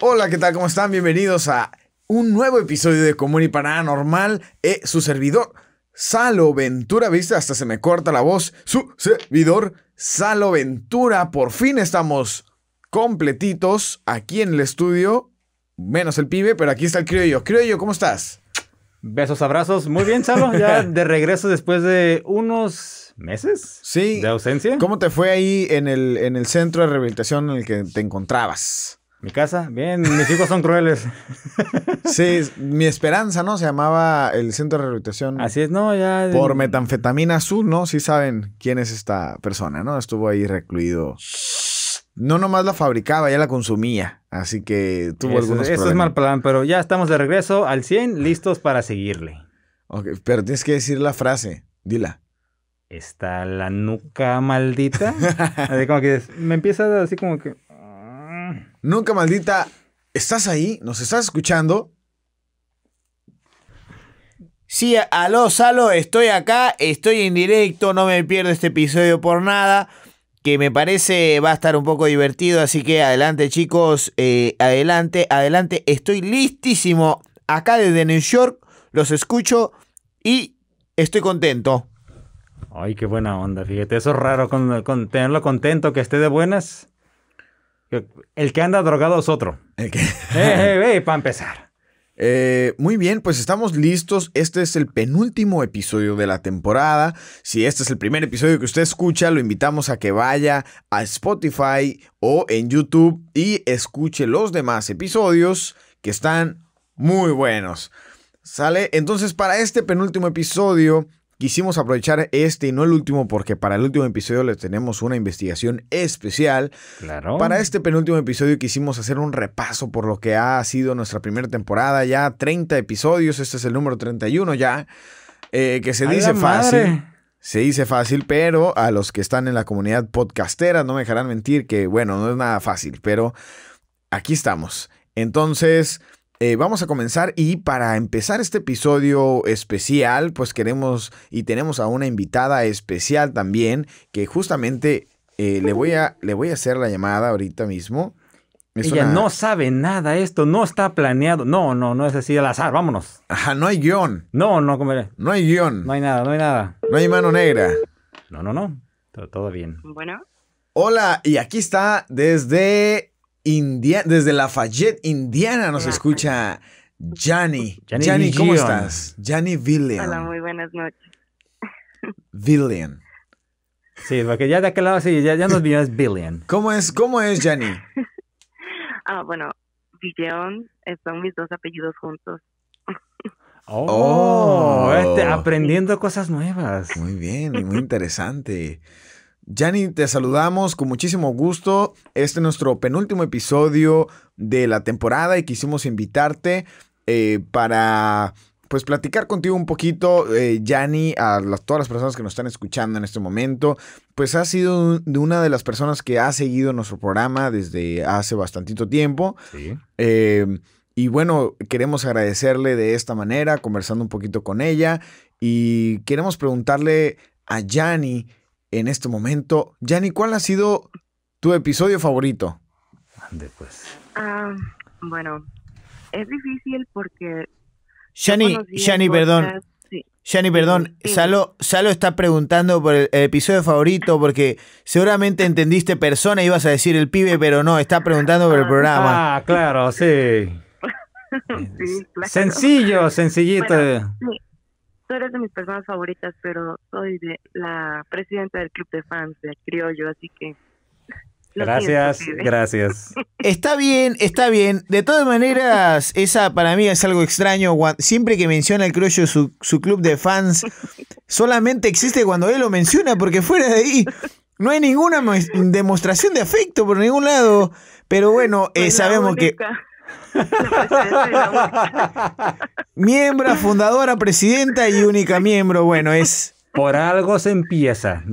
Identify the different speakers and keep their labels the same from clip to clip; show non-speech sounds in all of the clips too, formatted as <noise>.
Speaker 1: Hola, ¿qué tal? ¿Cómo están? Bienvenidos a un nuevo episodio de Común y Paranormal. Eh, su servidor, Salo Ventura, ¿viste? Hasta se me corta la voz. Su servidor, Salo Ventura. Por fin estamos completitos aquí en el estudio. Menos el pibe, pero aquí está el criollo. Criollo, ¿cómo estás?
Speaker 2: Besos, abrazos. Muy bien, Salo.
Speaker 1: <laughs>
Speaker 2: Ya de regreso después de unos meses
Speaker 1: Sí.
Speaker 2: de ausencia.
Speaker 1: ¿Cómo te fue ahí en el, en el centro de rehabilitación en el que te encontrabas?
Speaker 2: Mi casa, bien. Mis hijos son crueles.
Speaker 1: Sí, mi esperanza, ¿no? Se llamaba el centro de rehabilitación.
Speaker 2: Así es, no, ya.
Speaker 1: Por metanfetamina azul, ¿no? Sí saben quién es esta persona, ¿no? Estuvo ahí recluido. No nomás la fabricaba, ya la consumía. Así que tuvo
Speaker 2: Eso,
Speaker 1: algunos
Speaker 2: eso es
Speaker 1: problemas.
Speaker 2: mal plan, pero ya estamos de regreso al 100, listos para seguirle.
Speaker 1: Ok, pero tienes que decir la frase. Dila.
Speaker 2: Está la
Speaker 1: <laughs>
Speaker 2: nuca maldita. Así como que es- me empieza a dar así como que. ah.
Speaker 1: Nunca maldita, ¿estás ahí? ¿Nos estás escuchando?
Speaker 3: Sí, aló, Salo, estoy acá, estoy en directo, no me pierdo este episodio por nada, que me parece va a estar un poco divertido, así que adelante chicos, eh, adelante, adelante, estoy listísimo, acá desde New York, los escucho y estoy contento.
Speaker 2: Ay, qué buena onda, fíjate. Eso es raro con, con tenerlo contento, que esté de buenas. El que anda drogado
Speaker 1: <laughs>
Speaker 2: es otro.
Speaker 1: El que-
Speaker 2: ¡Eh, eh, eh! Para empezar.
Speaker 1: Eh, muy bien, pues estamos listos. Este es el penúltimo episodio de la temporada. Si este es el primer episodio que usted escucha, lo invitamos a que vaya a Spotify o en YouTube y escuche los demás episodios que están muy buenos. ¿Sale? Entonces, para este penúltimo episodio, quisimos aprovechar este y no el último, porque para el último episodio le tenemos una investigación especial.
Speaker 2: Claro.
Speaker 1: Para este penúltimo episodio quisimos hacer un repaso por lo que ha sido nuestra primera temporada, ya 30 episodios, este es el número 31 ya, eh, que se
Speaker 2: ¡A la
Speaker 1: dice fácil.
Speaker 2: madre!
Speaker 1: Se dice fácil, pero a los que están en la comunidad podcastera no me dejarán mentir que, bueno, no es nada fácil, pero aquí estamos. Entonces, eh, vamos a comenzar y para empezar este episodio especial, pues queremos y tenemos a una invitada especial también, que justamente eh, le, voy a, le voy a hacer la llamada ahorita mismo. Es
Speaker 2: Ella
Speaker 1: una-
Speaker 2: no sabe nada, esto no está planeado. No, no, no es así al azar, vámonos.
Speaker 1: Ajá, no hay guión,
Speaker 2: No, no comeré.
Speaker 1: no hay guión,
Speaker 2: No hay nada, no hay nada.
Speaker 1: no hay mano negra.
Speaker 2: No, no, no. Todo, todo bien.
Speaker 4: Bueno,
Speaker 1: Hola, y aquí está desde Indiana, desde Lafayette, Indiana, nos
Speaker 4: Hola.
Speaker 1: escucha Jani.
Speaker 2: Jani
Speaker 1: Jani, ¿cómo
Speaker 2: Villion.
Speaker 1: estás? Jani
Speaker 4: hola,
Speaker 1: Villian.
Speaker 4: muy buenas noches.
Speaker 1: Villian.
Speaker 2: Sí, porque ya de aquel lado sí, ya, ya nos vio es Billion.
Speaker 1: ¿Cómo es, cómo es Jani?
Speaker 4: Ah, bueno, Villeón eh, son mis dos apellidos juntos.
Speaker 2: Oh,
Speaker 1: Oh.
Speaker 2: este, aprendiendo cosas nuevas.
Speaker 1: Muy bien, y muy interesante. Jani, te saludamos con muchísimo gusto. Este es nuestro penúltimo episodio de la temporada y quisimos invitarte eh, para pues platicar contigo un poquito, Jani, a las- todas las personas que nos están escuchando en este momento. Pues has sido un- de una de las personas que ha seguido nuestro programa desde hace bastantito tiempo.
Speaker 2: Sí.
Speaker 1: Eh, y bueno, queremos agradecerle de esta manera, conversando un poquito con ella. Y queremos preguntarle a Yanni en este momento. Yanni, ¿cuál ha sido tu episodio favorito?
Speaker 2: Ande, pues.
Speaker 4: Ah, bueno, es difícil porque... yo
Speaker 3: Yani,
Speaker 4: conocí el
Speaker 3: Yani,
Speaker 4: <laughs>
Speaker 3: perdón,
Speaker 4: podcast, sí.
Speaker 3: Yani, perdón,
Speaker 4: Sí.
Speaker 3: Salo, Salo está preguntando por el, el episodio favorito porque seguramente entendiste persona, ibas a decir el pibe, pero no, está preguntando por el programa.
Speaker 2: Ah, claro, sí.
Speaker 3: Eh,
Speaker 4: Sí, claro.
Speaker 2: Sencillo, sencillito.
Speaker 4: Tú eres de mis personas favoritas, pero soy de la presidenta del club de fans de Criollo, así que... lo
Speaker 2: gracias,
Speaker 4: siento, pibe.
Speaker 2: gracias.
Speaker 3: Está bien, está bien. De todas maneras, esa para mí es algo extraño. Gua- Siempre que menciona el Croyo su, su club de fans, solamente existe cuando él lo menciona, porque fuera de ahí no hay ninguna mos- demostración de afecto por ningún lado. Pero bueno, eh,
Speaker 4: Soy Pues la
Speaker 3: sabemos que
Speaker 4: única. <laughs> La presidenta y la única.
Speaker 3: miembro, fundadora, presidenta y única miembro, bueno, es,
Speaker 2: Por algo se empieza.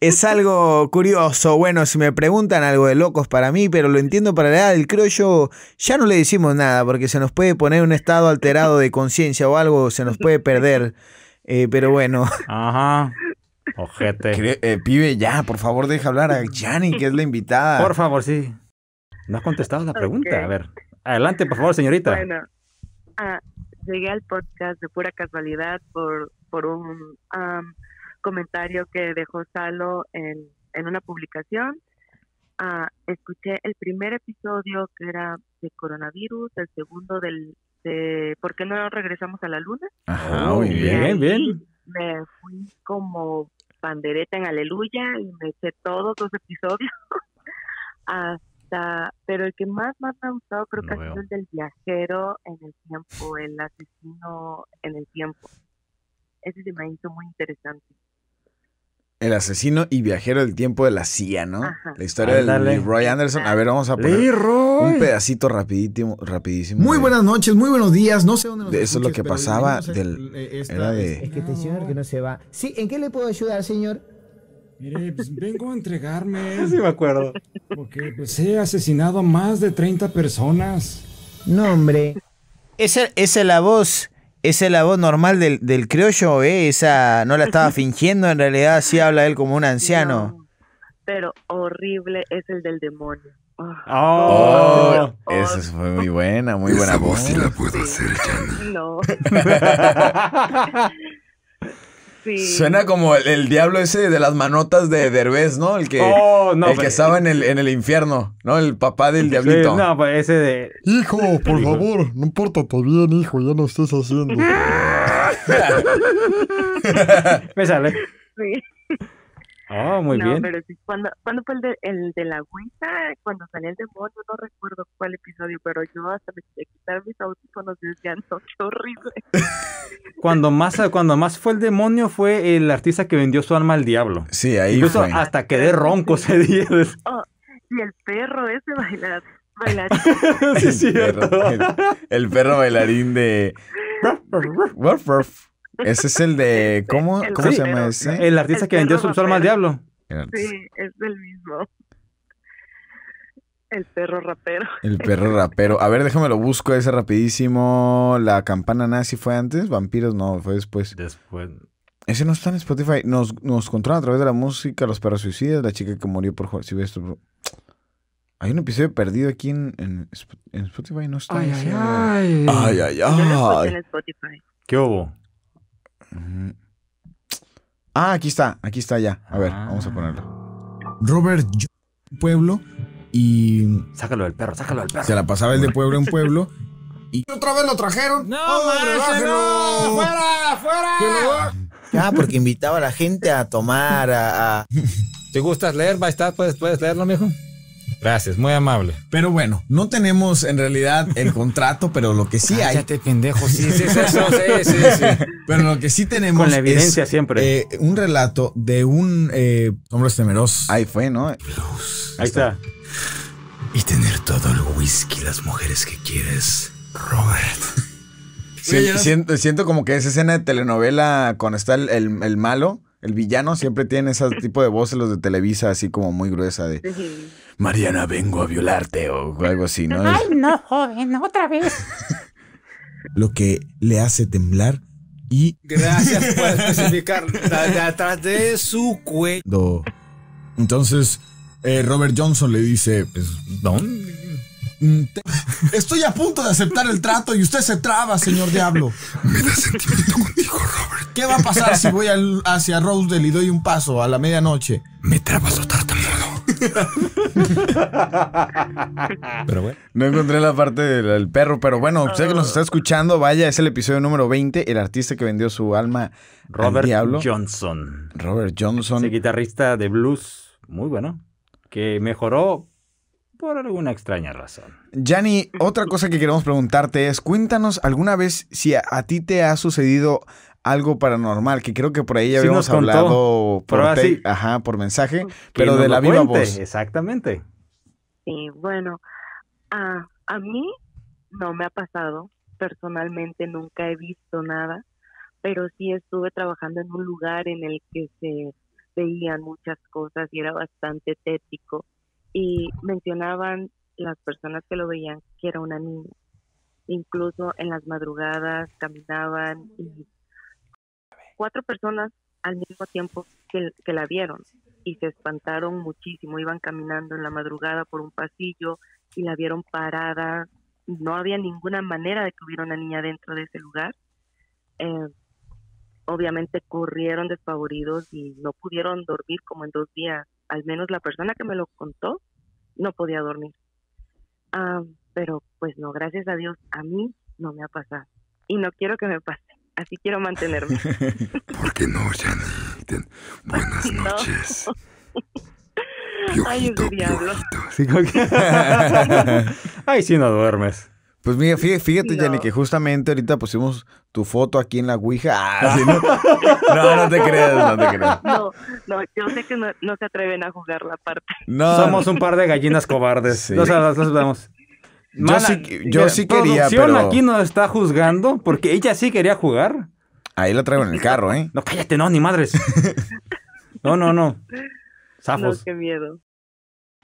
Speaker 3: es algo curioso. Bueno, si me preguntan algo de locos para mí, pero lo entiendo para la edad del Croyo, ya no le decimos nada, porque se nos puede poner un estado alterado de conciencia o algo, se nos puede perder. Eh, pero bueno,
Speaker 2: Ajá. Ojete. Ah.
Speaker 1: Cre- eh, pibe, ya, por favor, deja hablar a Yanni, que es la invitada.
Speaker 2: Por favor, sí. No has contestado la pregunta.
Speaker 4: Ok.
Speaker 2: A ver, adelante, por favor, señorita.
Speaker 4: Bueno, ah, llegué al podcast de pura casualidad por, por un am, comentario que dejó Salo en, en una publicación. Ah, escuché el primer episodio que era de coronavirus, el segundo del de ¿Por qué no regresamos a la luna?
Speaker 1: Ajá, Ah,
Speaker 2: Oh,
Speaker 1: muy bien.
Speaker 2: Bien, bien.
Speaker 4: Me fui como pandereta en Aleluya y me eché todos los episodios. <laughs> hasta, pero el que más, más me ha gustado creo que
Speaker 3: Lo
Speaker 4: ha sido
Speaker 3: veo.
Speaker 4: el del viajero en el tiempo, el asesino en el tiempo. Ese se me hizo muy interesante.
Speaker 1: El asesino y viajero del tiempo de la CIA, ¿no?
Speaker 4: Ajá.
Speaker 1: La historia
Speaker 2: Ándale.
Speaker 1: de Roy Anderson. A ver, vamos a poner un
Speaker 2: Leroy.
Speaker 1: pedacito rapidísimo. rapidísimo
Speaker 5: Muy
Speaker 1: de-
Speaker 5: buenas noches, muy buenos días. No sé dónde nos
Speaker 1: De eso es lo
Speaker 5: escuches,
Speaker 1: que
Speaker 5: pero
Speaker 1: pasaba
Speaker 5: bienvenidos a- eh, esta-
Speaker 1: era de-
Speaker 6: Es que este señor que no se va. Sí, ¿en qué le puedo ayudar, señor?
Speaker 7: Mire, pues vengo a entregarme
Speaker 2: <laughs> Sí me acuerdo.
Speaker 7: porque pues he asesinado a más de 30 personas.
Speaker 6: No, hombre.
Speaker 3: Esa, esa es la voz, esa es la voz normal del, del criollo, ¿eh? Esa no la estaba fingiendo, en realidad sí habla él como un anciano.
Speaker 4: No, pero horrible es el del demonio. Ah,
Speaker 2: Oh. <laughs>
Speaker 1: Oh, esa fue muy buena, muy buena voz.
Speaker 4: sí. <laughs> No. Sí.
Speaker 1: Suena como el, el diablo ese de las manotas de Derbez, ¿no? El que,
Speaker 2: Oh, no,
Speaker 1: el que
Speaker 2: pero-
Speaker 1: estaba en el, en el infierno, ¿no? El papá del diablito.
Speaker 2: Sí, no, pues ese de.
Speaker 8: Hijo, por favor, no pórtate bien, hijo, ya no estés haciendo.
Speaker 5: Ah,
Speaker 2: Me sale.
Speaker 4: Sí.
Speaker 2: Oh, muy
Speaker 4: no, pues.
Speaker 2: bien.
Speaker 4: pero sí, cuando, cuando fue el de, el de la agüita, cuando salió el demonio, no recuerdo cuál episodio, pero yo hasta me quité quitar mis audífonos y decía, no, qué horrible.
Speaker 2: Cuando más, cuando más fue el demonio fue el artista que vendió su alma al diablo.
Speaker 1: Sí, ahí
Speaker 2: Incluso
Speaker 1: fue.
Speaker 2: hasta quedé ronco ese día. <laughs>
Speaker 4: Y el perro ese bailar,
Speaker 2: <laughs>
Speaker 4: bailar.
Speaker 2: sí, es
Speaker 1: El
Speaker 2: cierto.
Speaker 1: perro- el, <laughs> el perro bailarín de. Woof, woof. Ese es el
Speaker 4: <laughs>
Speaker 1: de. ¿Cómo,
Speaker 4: El
Speaker 1: ¿cómo se
Speaker 4: rapero.
Speaker 1: llama ese?
Speaker 2: El artista
Speaker 4: El
Speaker 2: que vendió
Speaker 4: perro
Speaker 2: su, su alma al diablo.
Speaker 4: sí, es el mismo. El perro rapero.
Speaker 1: El perro rapero. A ver, déjame lo busco ese rapidísimo. La campana nazi fue antes, vampiros no, fue después.
Speaker 2: Después.
Speaker 1: Ese no está en Spotify. Nos, nos controla a través de la música, los perros suicidas, la chica que murió por jugar. Si ves esto. Hay un episodio perdido aquí en, en Sp- en Spotify, no está. ese. ay, ay,
Speaker 4: Yo lo
Speaker 1: ay.
Speaker 4: escuché en Spotify.
Speaker 2: ¿Qué hubo?
Speaker 1: Ujú. Ah, aquí está, aquí está ya. A ver, vamos a
Speaker 2: Ah.
Speaker 1: ponerlo.
Speaker 5: Robert Jo- Pueblo y
Speaker 2: Sácalo del perro, sácalo del perro.
Speaker 5: se la pasaba el de pueblo en pueblo. Y <laughs> otra vez lo trajeron.
Speaker 3: No,
Speaker 5: ¡Oh, relájelo!
Speaker 3: fuera, fuera.
Speaker 5: Que lo va-
Speaker 3: Ah, porque invitaba a la gente a tomar, a... a-
Speaker 9: ¿Te gustas leer? Va a estar, puedes, puedes leerlo, mijo. Gracias, muy amable.
Speaker 5: Pero bueno, no tenemos en realidad el contrato, pero lo que sí hay,
Speaker 9: Cállate, pendejo. Sí, sí, sí, eso, sí, sí, sí.
Speaker 5: <laughs> pero lo que sí tenemos
Speaker 2: Con la evidencia
Speaker 5: es
Speaker 2: siempre.
Speaker 5: eh, un relato de un eh, hombre temeroso.
Speaker 1: Ahí fue, ¿no?
Speaker 2: Ahí está.
Speaker 5: Y tener todo el whisky, las mujeres que quieres,
Speaker 1: <laughs>
Speaker 5: Robert.
Speaker 1: Sien- siento, siento como que esa escena de telenovela cuando está el, el- el malo, el villano, siempre tiene ese tipo de voces los de Televisa, así como muy gruesa de
Speaker 4: Sí.
Speaker 1: Mariana, vengo a violarte o algo así, ¿no?
Speaker 10: no, joven, otra vez.
Speaker 5: Lo que le hace temblar y
Speaker 9: Gracias por especificar. De, atrás de su cuello.
Speaker 5: do. Entonces, eh, Robert Johnson le dice, pues,
Speaker 9: ¿Dónde?
Speaker 5: mm, te- estoy a punto de aceptar el trato y usted se traba, señor diablo.
Speaker 8: <laughs> Me da sentimiento contigo, Robert.
Speaker 5: ¿Qué va a pasar si voy al- hacia Rosedale y doy un paso a la medianoche?
Speaker 8: Me trabas o
Speaker 1: <laughs>
Speaker 8: tartamudo.
Speaker 9: Pero bueno.
Speaker 1: No encontré la parte del del perro, pero bueno, usted que nos está escuchando, vaya, es el episodio número 20, el artista que vendió su alma
Speaker 2: Robert
Speaker 1: al diablo.
Speaker 2: Johnson.
Speaker 1: Robert Johnson.
Speaker 2: Ese guitarrista de blues muy bueno. Que mejoró por alguna extraña razón.
Speaker 1: Yanni, otra cosa que queremos preguntarte es, cuéntanos alguna vez si a, a ti te ha sucedido algo paranormal, que creo que por ahí ya
Speaker 2: Sí
Speaker 1: habíamos
Speaker 2: nos contó,
Speaker 1: hablado por,
Speaker 2: pero ahora
Speaker 1: te-
Speaker 2: sí.
Speaker 1: ajá, por mensaje,
Speaker 2: Que
Speaker 1: pero
Speaker 2: nos
Speaker 1: de
Speaker 2: lo
Speaker 1: la viva
Speaker 2: cuente,
Speaker 1: voz.
Speaker 2: Exactamente.
Speaker 4: Sí, bueno, a, a mí no me ha pasado, personalmente nunca he visto nada, pero sí estuve trabajando en un lugar en el que se veían muchas cosas y era bastante tétrico y mencionaban las personas que lo veían que era una niña. Incluso en las madrugadas caminaban y cuatro personas al mismo tiempo que- que la vieron y se espantaron muchísimo. Iban caminando en la madrugada por un pasillo y la vieron parada. No había ninguna manera de que hubiera una niña dentro de ese lugar. Eh, obviamente corrieron despavoridos y no pudieron dormir como en dos días. Al menos la persona que me lo contó no podía dormir. Ah, pero pues no, gracias a Dios, a mí no me ha pasado. Y no quiero que me pase. Así
Speaker 5: <laughs>
Speaker 4: quiero mantenerme. <laughs>
Speaker 5: ¿Por qué no, Yanni? Ten- Buenas
Speaker 4: No.
Speaker 5: noches.
Speaker 4: <laughs> Ay,
Speaker 5: Piojito,
Speaker 4: ese diablo.
Speaker 5: piojito.
Speaker 2: Sí, como que- Ay, sí, no duermes.
Speaker 1: <laughs> Pues mira, fí- fíjate,
Speaker 4: No.
Speaker 1: Jenny, que justamente ahorita pusimos tu foto aquí en la Ouija. Ah, <laughs> sí, ¿no? no, no te creas, no te creas.
Speaker 4: No, no, yo sé que no, no se atreven a jugar la parte.
Speaker 1: No,
Speaker 2: Somos un par de gallinas cobardes.
Speaker 1: Sí.
Speaker 2: Los, los- los vemos.
Speaker 1: Yo
Speaker 2: Mana-
Speaker 1: sí que- yo sí quería,
Speaker 2: producción
Speaker 1: pero-
Speaker 2: aquí nos está juzgando porque ella sí quería jugar.
Speaker 1: ahí la traigo en el carro, ¿eh?
Speaker 2: No, cállate, no,
Speaker 1: <laughs>
Speaker 2: ni madres. No, no, no.
Speaker 4: No,
Speaker 2: Zafos.
Speaker 4: qué miedo.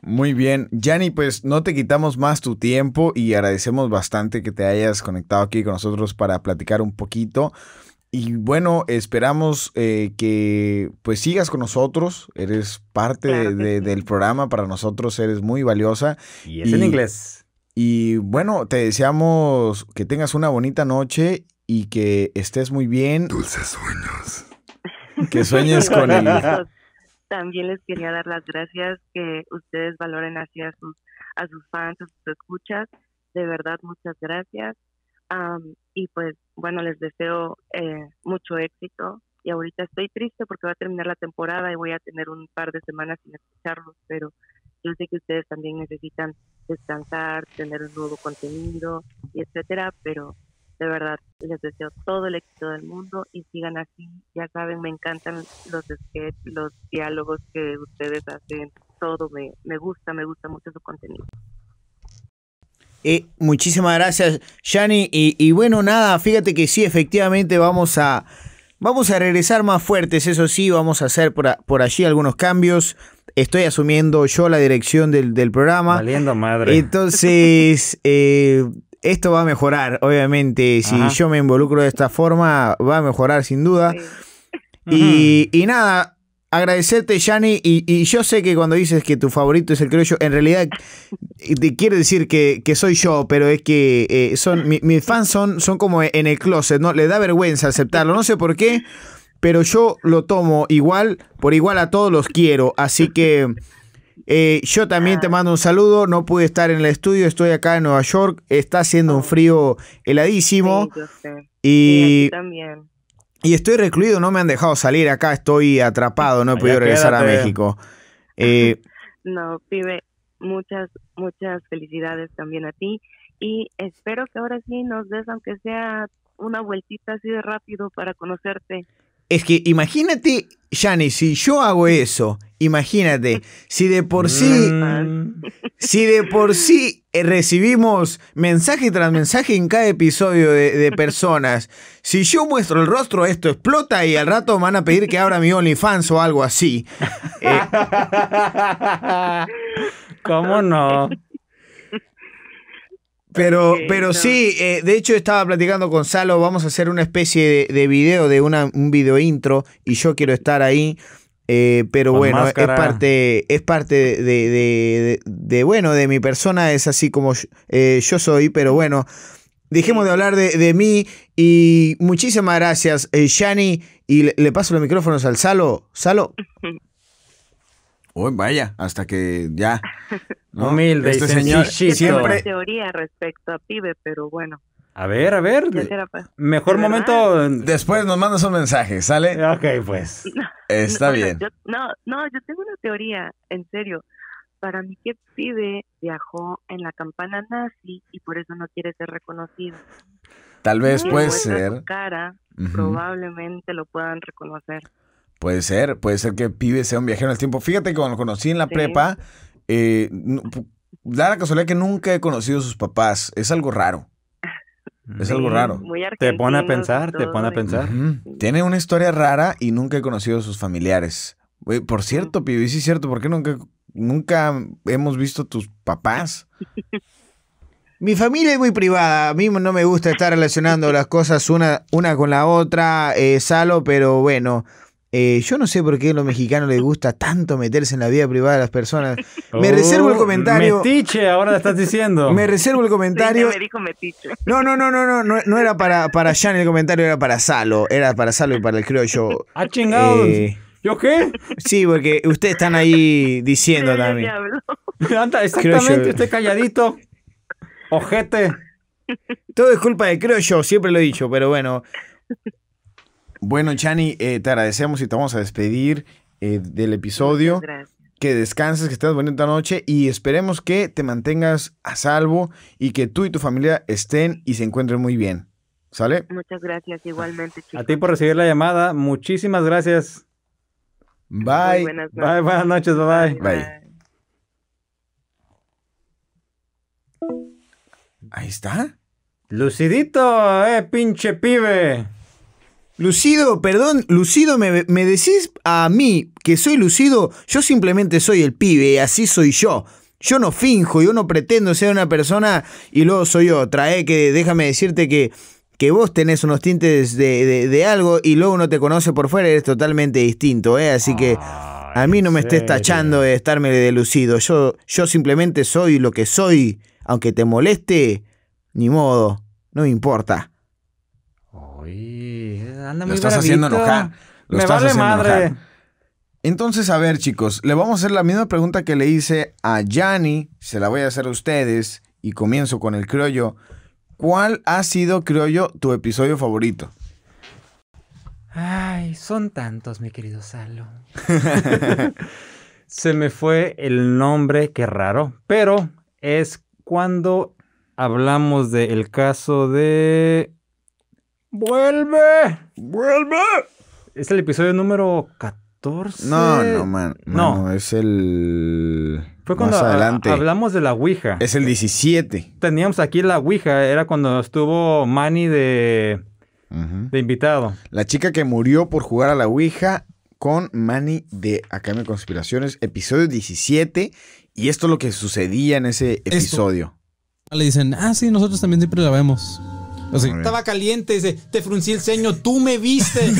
Speaker 1: Muy bien. Yanni, pues no te quitamos más tu tiempo y agradecemos bastante que te hayas conectado aquí con nosotros para platicar un poquito. Y bueno, esperamos eh, que pues sigas con nosotros. Eres parte de-
Speaker 4: Claro que
Speaker 1: de-
Speaker 4: sí.
Speaker 1: del programa. Para nosotros eres muy valiosa.
Speaker 2: Y es en
Speaker 1: Y-
Speaker 2: inglés.
Speaker 1: Y bueno, te deseamos que tengas una bonita noche y que estés muy bien.
Speaker 5: Dulces sueños.
Speaker 1: Que sueñes con el...
Speaker 4: <laughs> Chicos, También les quería dar las gracias que ustedes valoren así a sus, a sus fans, a sus escuchas. De verdad, muchas gracias. Am, y pues bueno, les deseo eh, mucho éxito. Y ahorita estoy triste porque va a terminar la temporada y voy a tener un par de semanas sin escucharlos, pero yo sé que ustedes también necesitan descansar, tener un nuevo contenido y etcétera, pero de verdad, les deseo todo el éxito del mundo y sigan así. Ya saben, me encantan los sketches, los diálogos que ustedes hacen. Todo me, me gusta, me gusta mucho su contenido.
Speaker 3: <laughs> Eh, muchísimas gracias, Yanni. Y, y bueno, nada, fíjate que sí, efectivamente vamos a, vamos a regresar más fuertes, eso sí, vamos a hacer por, a- por allí algunos cambios. Estoy asumiendo yo la dirección del, del programa.
Speaker 2: Valiendo madre.
Speaker 3: Entonces, eh, esto va a mejorar, obviamente. Si
Speaker 2: Ajá.
Speaker 3: yo me involucro de esta forma, va a mejorar sin duda.
Speaker 1: Ah,
Speaker 4: Sí.
Speaker 3: Y, y nada, agradecerte, Yanni. Y, y yo sé que cuando dices que tu favorito es el criollo, en realidad eh, te quiere decir que, que soy yo, pero es que eh, son mi- mis fans son, son como en el closet, ¿no? Le da vergüenza aceptarlo, no sé por qué, pero yo lo tomo igual, por igual a todos los quiero. Así que. eh, yo también te mando un saludo, no pude estar en el estudio, estoy acá en Nueva York, está haciendo un frío heladísimo
Speaker 4: Sí, yo sé. Y
Speaker 3: y
Speaker 4: aquí también.
Speaker 3: y estoy recluido, no me han dejado salir acá, estoy atrapado, no he
Speaker 2: Allá
Speaker 3: podido regresar a
Speaker 2: quédate.
Speaker 3: México. Eh,
Speaker 4: No, pibe, muchas, muchas felicidades también a ti. Y espero que ahora sí nos des, aunque sea una vueltita así de rápido para conocerte.
Speaker 3: es que imagínate, Yanni, si yo hago eso, imagínate, si de por sí,
Speaker 2: Mm,
Speaker 3: si de por sí eh, recibimos mensaje tras mensaje en cada episodio de, de personas, si yo muestro el rostro, esto explota y al rato me van a pedir que abra mi OnlyFans o algo así. Eh,
Speaker 2: <laughs> ¿Cómo no?
Speaker 3: Pero,
Speaker 4: Ok,
Speaker 3: pero
Speaker 4: no.
Speaker 3: sí, eh, de hecho estaba platicando con Salo, vamos a hacer una especie de, de video, de una, un video intro, y yo quiero estar ahí. eh, pero
Speaker 2: Con
Speaker 3: bueno,
Speaker 2: máscara.
Speaker 3: es parte, es parte de, de- de- de, bueno, de mi persona, es así como yo, eh, yo soy, pero bueno, dejemos de hablar de, de mí y muchísimas gracias, eh, Yanni, y le, le paso los micrófonos al Salo. Salo,
Speaker 1: Uy, vaya, hasta que ya.
Speaker 4: <laughs>
Speaker 2: Humilde y
Speaker 1: este señor
Speaker 2: sencillito.
Speaker 1: siempre...
Speaker 4: teoría respecto a pibe, pero bueno,
Speaker 2: A ver, a ver.
Speaker 4: ya será pa-
Speaker 2: Mejor
Speaker 4: Pues ¿Verdad?
Speaker 2: momento.
Speaker 1: Después nos mandas un mensaje, ¿sale?
Speaker 2: Ok, pues.
Speaker 1: Está
Speaker 4: No, o sea,
Speaker 1: bien.
Speaker 4: yo- no, no, yo tengo una teoría, en serio. Para mí que pibe viajó en la campana nazi y por eso no quiere ser reconocido.
Speaker 1: Tal vez
Speaker 4: Si
Speaker 1: puede
Speaker 4: muestra
Speaker 1: ser.
Speaker 4: su cara,
Speaker 1: Ujú.
Speaker 4: probablemente lo puedan reconocer.
Speaker 1: Puede ser, puede ser que pibe sea un viajero en el tiempo. Fíjate que cuando lo conocí en la
Speaker 4: Sí.
Speaker 1: prepa, eh, nu- pu- da la casualidad que nunca he conocido a sus papás. Es algo raro. Es algo raro.
Speaker 4: Muy
Speaker 2: Te pone a
Speaker 4: argentinos y
Speaker 2: pensar, te
Speaker 4: todo,
Speaker 2: pone a
Speaker 4: y-
Speaker 2: pensar.
Speaker 1: Ujú. Tiene una historia rara y nunca he conocido a sus familiares. Güey, por cierto, pibe, sí es cierto, ¿por qué nunca, nunca hemos visto a tus
Speaker 4: <laughs>
Speaker 1: papás?
Speaker 3: Mi familia es muy privada, a mí no me gusta estar relacionando las cosas una, una con la otra, eh, Salo, pero bueno, Eh, yo no sé por qué a los mexicanos les gusta tanto meterse en la vida privada de las personas. Me reservo el
Speaker 2: Oh,
Speaker 3: comentario.
Speaker 2: Metiche, ahora le estás diciendo.
Speaker 3: Me reservo el comentario.
Speaker 4: me dijo metiche.
Speaker 3: No, no, no, no, no, no, no era para, para Jan el comentario, era para Salo. Era para Salo y para el criollo.
Speaker 2: ah, chingados.
Speaker 3: Eh,
Speaker 2: ¿Yo qué?
Speaker 3: sí, porque ustedes están ahí diciendo
Speaker 4: Ya, ya
Speaker 1: <laughs>
Speaker 3: también.
Speaker 4: habló.
Speaker 2: Anda,
Speaker 3: Criollo.
Speaker 2: exactamente, usted calladito. Ojete.
Speaker 3: Todo es culpa de criollo, siempre lo he dicho, pero bueno.
Speaker 1: Bueno, Chani, eh, te agradecemos y te vamos a despedir eh, del episodio.
Speaker 4: Gracias.
Speaker 1: Que descanses, que tengas bonita noche y esperemos que te mantengas a salvo y que tú y tu familia estén y se encuentren muy bien. ¿Sale?
Speaker 4: Muchas gracias igualmente, chicos.
Speaker 2: A ti por recibir la llamada. Muchísimas gracias.
Speaker 4: Muy
Speaker 1: Bye.
Speaker 4: buenas
Speaker 2: Bye,
Speaker 4: noches.
Speaker 2: buenas noches, bye bye.
Speaker 1: Bye. Ahí está.
Speaker 2: Lucidito, eh, pinche pibe.
Speaker 3: Lucido, perdón, Lucido, ¿me, me decís a mí que soy Lucido? Yo simplemente soy el pibe, así soy yo. Yo no finjo, yo no pretendo ser una persona y luego soy otra, ¿eh? Que déjame decirte que, que vos tenés unos tintes de, de- de algo y luego uno te conoce por fuera y eres totalmente distinto, ¿eh? Así que a mí no me estés tachando de estarme de Lucido. Yo, yo simplemente soy lo que soy, aunque te moleste, ni modo, no me importa.
Speaker 2: Uy, anda
Speaker 1: Lo
Speaker 2: muy
Speaker 1: estás
Speaker 2: bravito.
Speaker 1: haciendo enojar. Lo
Speaker 2: Me
Speaker 1: estás
Speaker 2: vale
Speaker 1: haciendo
Speaker 2: madre.
Speaker 1: enojar. Entonces, a ver, chicos, le vamos a hacer la misma pregunta que le hice a Yanni, se la voy a hacer a ustedes y comienzo con el criollo. ¿Cuál ha sido, criollo, tu episodio favorito?
Speaker 2: Ay, son tantos, mi
Speaker 1: <laughs>
Speaker 2: querido Salo. Se me fue el nombre, qué raro. Pero es cuando hablamos del caso de. ¡Vuelve!
Speaker 1: ¡Vuelve!
Speaker 2: Es el episodio número 14.
Speaker 1: No, no, man.
Speaker 2: No.
Speaker 1: No, es el.
Speaker 2: Fue cuando
Speaker 1: Más
Speaker 2: a-
Speaker 1: adelante.
Speaker 2: hablamos de la Ouija.
Speaker 1: Es el 17.
Speaker 2: Teníamos aquí la Ouija, era cuando estuvo Manny de,
Speaker 1: Ujú.
Speaker 2: de invitado.
Speaker 1: La chica que murió por jugar a la Ouija con Manny de Academia de Conspiraciones, episodio 17. Y esto es lo que sucedía en ese episodio.
Speaker 11: Le dicen, ah, sí, nosotros también siempre la vemos. Así.
Speaker 1: Muy bien.
Speaker 11: Estaba caliente, dice, te fruncí el ceño, tú me viste.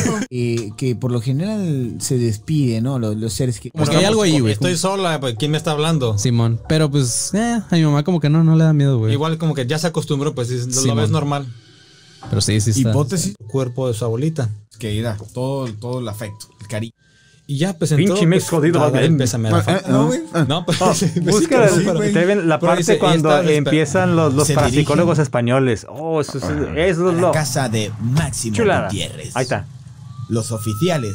Speaker 6: que por lo general se despide, ¿no? Los, los seres que.
Speaker 11: Porque hay algo ahí, güey.
Speaker 6: Estoy
Speaker 11: Estoy sola, pues, ¿quién me está hablando?
Speaker 6: Simón.
Speaker 11: Pero pues, eh, a mi mamá como que no, no le da miedo, güey.
Speaker 9: Igual como que ya se acostumbró, pues es- lo,
Speaker 11: Simón.
Speaker 9: ves normal.
Speaker 11: Pero sí, sí está.
Speaker 12: Hipótesis
Speaker 9: Cuerpo de su abuelita.
Speaker 12: que era todo, todo el afecto, el cariño.
Speaker 9: Y ya, pues
Speaker 2: Pinche
Speaker 9: entró,
Speaker 2: Mex
Speaker 9: pues,
Speaker 2: jodido,
Speaker 9: a
Speaker 2: va
Speaker 9: dar
Speaker 2: bien.
Speaker 9: el pésame a la fa-
Speaker 12: eh, No, güey.
Speaker 9: No, pues,
Speaker 2: Oh,
Speaker 9: <laughs> sí, pues, sí,
Speaker 2: busca
Speaker 9: sí,
Speaker 2: la-
Speaker 9: güey.
Speaker 2: te ven la
Speaker 9: Pero
Speaker 2: parte
Speaker 9: dice,
Speaker 2: cuando
Speaker 9: "Esta espe-
Speaker 2: empiezan los, los
Speaker 12: se
Speaker 2: parapsicólogos españoles. Oh, eso, es- eso es
Speaker 12: La
Speaker 2: lo
Speaker 12: casa de Máximo
Speaker 2: chulada.
Speaker 12: Gutiérrez.
Speaker 2: Ahí está.
Speaker 12: Los oficiales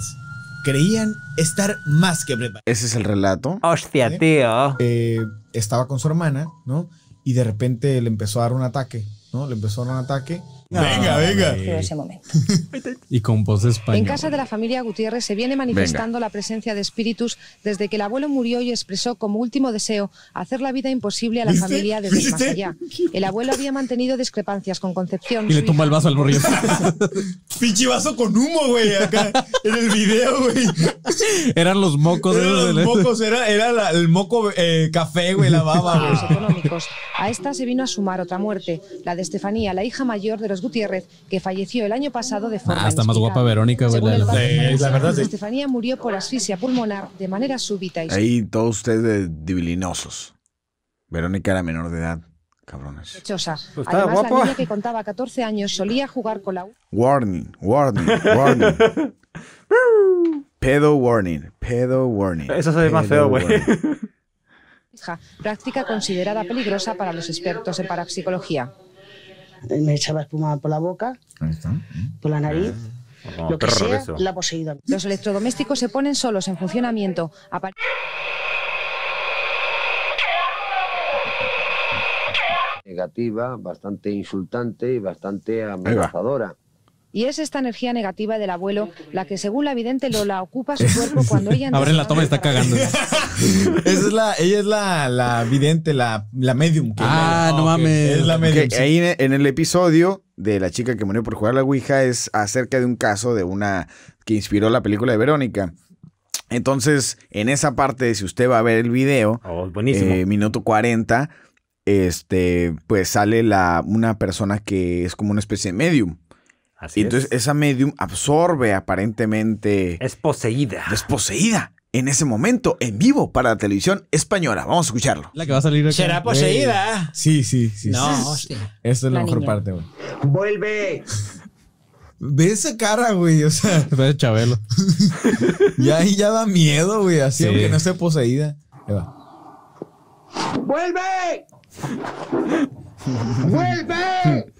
Speaker 12: creían estar más que preparados.
Speaker 1: Ese es el relato.
Speaker 2: Hostia, tío.
Speaker 12: Eh, estaba con su hermana, ¿no? Y de repente le empezó a dar un ataque, ¿no? Le empezó a dar un ataque. venga, venga.
Speaker 13: Pero ese momento.
Speaker 11: Y con voz española.
Speaker 13: En casa de la familia Gutiérrez se viene manifestando la presencia de espíritus desde que el abuelo murió y expresó como último deseo hacer la vida imposible a la
Speaker 12: ¿Viste?
Speaker 13: familia desde el más
Speaker 12: ¿Viste?
Speaker 13: allá. El abuelo había mantenido discrepancias con Concepción.
Speaker 11: Y le
Speaker 13: su
Speaker 11: tumba el vaso al <laughs> morrillo.
Speaker 12: <laughs> Pinche vaso con humo, güey, acá en el video, güey.
Speaker 11: Eran los mocos.
Speaker 12: Eran
Speaker 11: esos
Speaker 12: los
Speaker 11: del-
Speaker 12: mocos, era, era la- el moco eh, café, güey, la <laughs>
Speaker 13: hija
Speaker 12: baba,
Speaker 13: y los
Speaker 12: güey.
Speaker 13: económicos. A esta se vino a sumar otra muerte, la de Estefanía, la hija mayor de los Gutiérrez, que falleció el año pasado de
Speaker 11: <laughs>
Speaker 13: forma
Speaker 11: Ah, está más guapa
Speaker 13: inexplicable.
Speaker 11: Verónica, güey.
Speaker 13: Según
Speaker 11: la de
Speaker 13: el
Speaker 11: la-
Speaker 13: padre de
Speaker 12: Sí,
Speaker 13: Marisa,
Speaker 12: la verdad, sí.
Speaker 13: Estefanía murió por asfixia pulmonar de manera súbita y
Speaker 1: Ahí todos ustedes de divinosos. Verónica era menor de edad. Cabrones.
Speaker 13: sospechosa.
Speaker 2: Pues estaba
Speaker 13: Además,
Speaker 2: guapo.
Speaker 13: la niña que contaba 14 años solía jugar con la
Speaker 1: Warning, warning, warning. pedo warning, pedo warning.
Speaker 2: Eso se ve más
Speaker 1: pedo
Speaker 2: feo, güey. <laughs>
Speaker 1: warning.
Speaker 13: hija, práctica considerada peligrosa para los expertos en parapsicología.
Speaker 10: Me echaba espuma por la boca,
Speaker 12: Ahí está.
Speaker 10: por la nariz,
Speaker 2: Oh,
Speaker 10: lo que sea, la poseída.
Speaker 13: Los electrodomésticos se ponen solos en funcionamiento. Apa-
Speaker 14: negativa, bastante insultante y bastante
Speaker 1: va.
Speaker 14: amenazadora.
Speaker 13: Y es esta energía negativa del abuelo la que, según la vidente Lola, ocupa su cuerpo cuando ella...
Speaker 11: Abren la toma y está cagando. <laughs>
Speaker 12: Esa es la, ella es la, la vidente, la, la medium. que-
Speaker 11: Ah, no
Speaker 12: ok.
Speaker 11: mames.
Speaker 12: Es la medium.
Speaker 1: Ok,
Speaker 12: sí.
Speaker 1: ahí en- en el episodio de la chica que murió por jugar a la Ouija es acerca de un caso de una que inspiró la película de Verónica. Entonces, en esa parte, si usted va a ver el video,
Speaker 2: Oh, buenísimo.
Speaker 1: eh, minuto 40, este, pues sale la, una persona que es como una especie de medium. y entonces esa medium absorbe aparentemente...
Speaker 2: Es poseída.
Speaker 1: Es poseída. En ese momento, en vivo, para la televisión española. Vamos a escucharlo.
Speaker 11: La que va a salir acá.
Speaker 3: Será poseída.
Speaker 12: Sí, sí, sí.
Speaker 3: No,
Speaker 12: sí. Esta es la,
Speaker 3: La
Speaker 12: mejor
Speaker 3: niña.
Speaker 12: parte, güey.
Speaker 3: Vuelve.
Speaker 12: Ve esa cara, güey. O sea,
Speaker 11: Parece Chabelo.
Speaker 12: <laughs> ya, ahí ya da miedo, güey. Así aunque no esté poseída. Ahí va.
Speaker 3: ¡Vuelve! ¡Vuelve!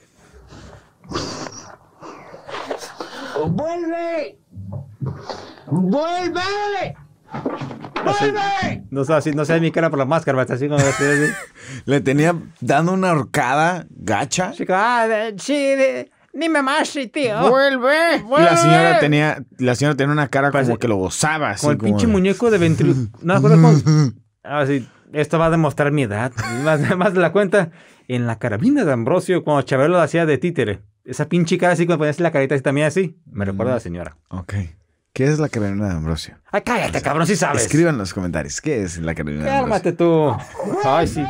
Speaker 3: ¡Vuelve! ¡Vuelve! ¡Vuelve!
Speaker 2: No sé, así- no sé mi cara por la máscara, pero está así como así, así.
Speaker 1: Le tenía dando una horcada gacha.
Speaker 2: Ah, sí, dime más, sí, tío.
Speaker 3: ¡Vuelve!
Speaker 1: Y la señora tenía, la señora tenía una cara como que lo gozaba. Así,
Speaker 2: Con el
Speaker 1: como
Speaker 2: pinche
Speaker 1: de-
Speaker 2: muñeco de ventrilo. No, me acuerdo cómo- Ah, sí, Esto va a demostrar mi edad. <laughs> Más, más de la cuenta. En la carabina de Ambrosio, cuando Chabelo lo hacía de títere. Esa pinche cara así, cuando ponías la carita así también así. Me recuerda a la señora.
Speaker 1: Ok. ¿Qué es la carabina de Ambrosio?
Speaker 2: Ay, cállate, cabrón, si sabes.
Speaker 1: Escriban en los comentarios. ¿Qué es la carabina de Ambrosio?
Speaker 2: Cálmate tú. Ay, sí.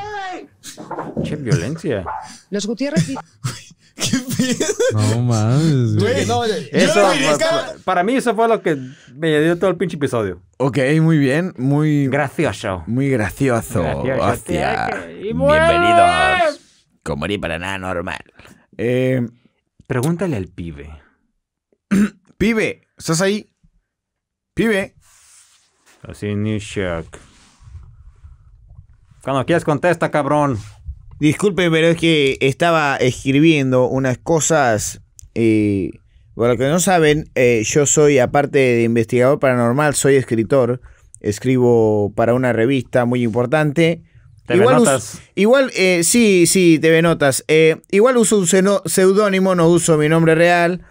Speaker 2: Che, violencia.
Speaker 13: Los Gutiérrez.
Speaker 11: No mames, güey.
Speaker 2: Eso, pa- pa- para mí eso fue lo que me dio todo el pinche episodio.
Speaker 1: Ok, muy bien. Muy.
Speaker 2: Gracioso.
Speaker 1: Muy gracioso.
Speaker 2: Gracioso.
Speaker 1: Hostia.
Speaker 2: Y
Speaker 1: Bienvenidos. Comería para nada normal. Eh,
Speaker 2: Pregúntale al pibe.
Speaker 1: pibe, ¿estás ahí? Pibe.
Speaker 2: Así, New Shark. Cuando quieras contesta, cabrón.
Speaker 3: Disculpe, pero es que estaba escribiendo unas cosas. eh, para los que no saben, eh, yo soy, aparte de investigador paranormal, soy escritor. Escribo para una revista muy importante.
Speaker 2: TV
Speaker 3: us-
Speaker 2: Notas.
Speaker 3: igual, eh, sí, sí, TV Notas. Eh, igual uso un seno- seudónimo, no uso mi nombre real.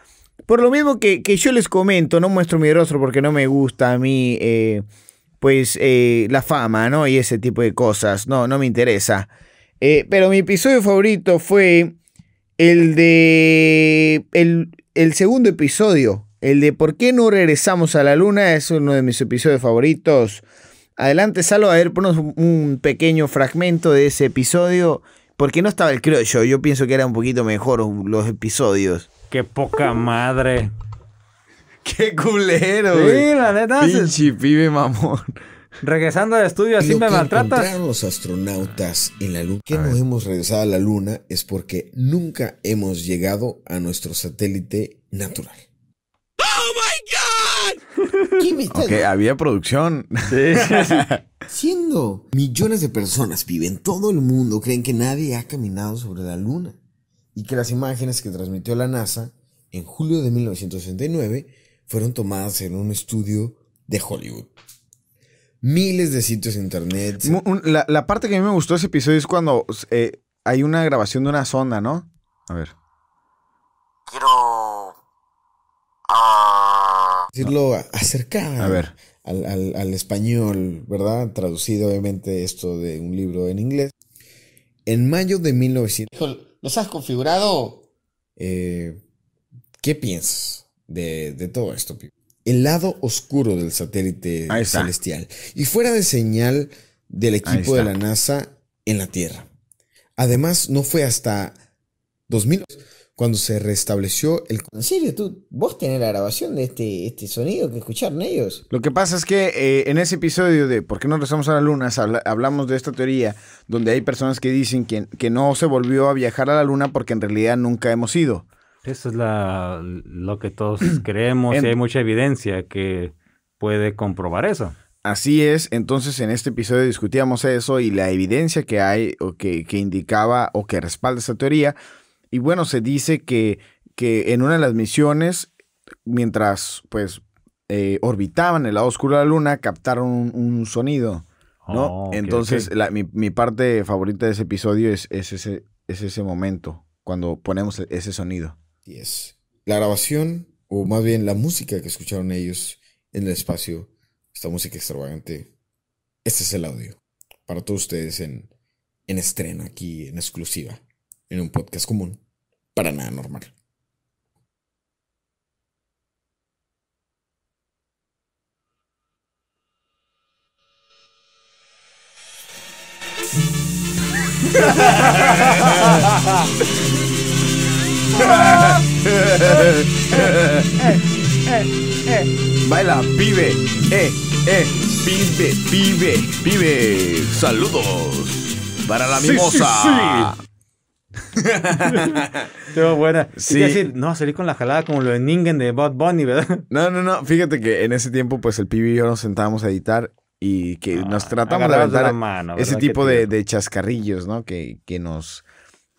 Speaker 3: Por lo mismo que, que yo les comento, no muestro mi rostro porque no me gusta a mí, eh, pues, eh, la fama, ¿no? Y ese tipo de cosas. No, no me interesa. Eh, pero mi episodio favorito fue el de. El, el segundo episodio. El de ¿Por qué no regresamos a la luna? Es uno de mis episodios favoritos. Adelante, Salo, a ver, ponos un- un pequeño fragmento de ese episodio. Porque no estaba el criollo. Yo pienso que era un poquito mejor los episodios. <laughs>
Speaker 2: Qué poca madre.
Speaker 1: Qué culero,
Speaker 2: Sí,
Speaker 1: güey.
Speaker 2: la neta, se-
Speaker 1: Pinche pibe mamón.
Speaker 2: Regresando al estudio, así
Speaker 15: Lo
Speaker 2: me
Speaker 15: que
Speaker 2: maltratas.
Speaker 15: encontraron los astronautas en la luna, que no hemos regresado a la luna, es porque nunca hemos llegado a nuestro satélite natural. ¡Oh my God! ¿Qué me estás
Speaker 1: Ok, había producción.
Speaker 15: Siendo millones de personas viven todo el mundo, creen que nadie ha caminado sobre la luna y que las imágenes que transmitió la NASA en julio de 1969 fueron tomadas en un estudio de Hollywood. Miles de sitios de internet.
Speaker 1: Mu- un- la, la parte que a mí me gustó de ese episodio es cuando eh, hay una grabación de una sonda, ¿no? A ver.
Speaker 15: decirlo a- acercar
Speaker 1: A ver.
Speaker 15: Al, al- al español, ¿verdad? Traducido obviamente esto de un libro en inglés. En mayo de 1900... ¿Los has configurado? Eh, ¿Qué piensas de, de todo esto? Pi? El lado oscuro del satélite
Speaker 1: Ahí está.
Speaker 15: celestial y fuera de señal del
Speaker 1: Ahí
Speaker 15: equipo de
Speaker 1: está.
Speaker 15: la NASA en la Tierra. Además, no fue hasta 2000 cuando se restableció el...
Speaker 16: ¿En serio? ¿Tú, ¿Vos tenés la grabación de este, este sonido que escucharon ellos?
Speaker 1: Lo que pasa es que eh, en ese episodio de ¿Por qué no regresamos a la luna? Habla- hablamos de esta teoría donde hay personas que dicen que, que no se volvió a viajar a la luna porque en realidad nunca hemos ido.
Speaker 2: <laughs> Eso es la, lo que todos creemos y
Speaker 1: En-
Speaker 2: hay mucha evidencia que puede comprobar eso.
Speaker 1: Así es, entonces en este episodio discutíamos eso y la evidencia que hay o que, que indicaba o que respalda esa teoría. Y bueno, se dice que, que en una de las misiones, mientras pues eh, orbitaban el lado oscuro de la luna, captaron un, un sonido. ¿no?
Speaker 2: Oh, ok,
Speaker 1: entonces
Speaker 2: ok.
Speaker 1: la- mi, mi parte favorita de ese episodio es, es ese, es ese momento, cuando ponemos e-, ese sonido.
Speaker 15: Y es la grabación, o más bien la música que escucharon ellos en el espacio, esta música extravagante. Este es el audio para todos ustedes en, en estreno, aquí en exclusiva, en un podcast común, para nada normal.
Speaker 1: Baila, pibe. Eh, eh, pibe, pibe, pibe. Saludos para la
Speaker 2: Sí, sí,
Speaker 1: mimosa.
Speaker 2: Estuvo buena.
Speaker 1: Sí.
Speaker 2: Sí. no, salí con la jalada como lo de Ningen de Bob Bunny, ¿verdad? <laughs>
Speaker 1: No, no, no. Fíjate que en ese tiempo, pues el pibe y yo nos sentábamos a editar y que nos tratamos de
Speaker 2: agarrados Ah, de
Speaker 1: aventar
Speaker 2: la mano, ¿verdad?
Speaker 1: ese
Speaker 2: Qué
Speaker 1: tipo de, de chascarrillos, ¿no? Que, que nos.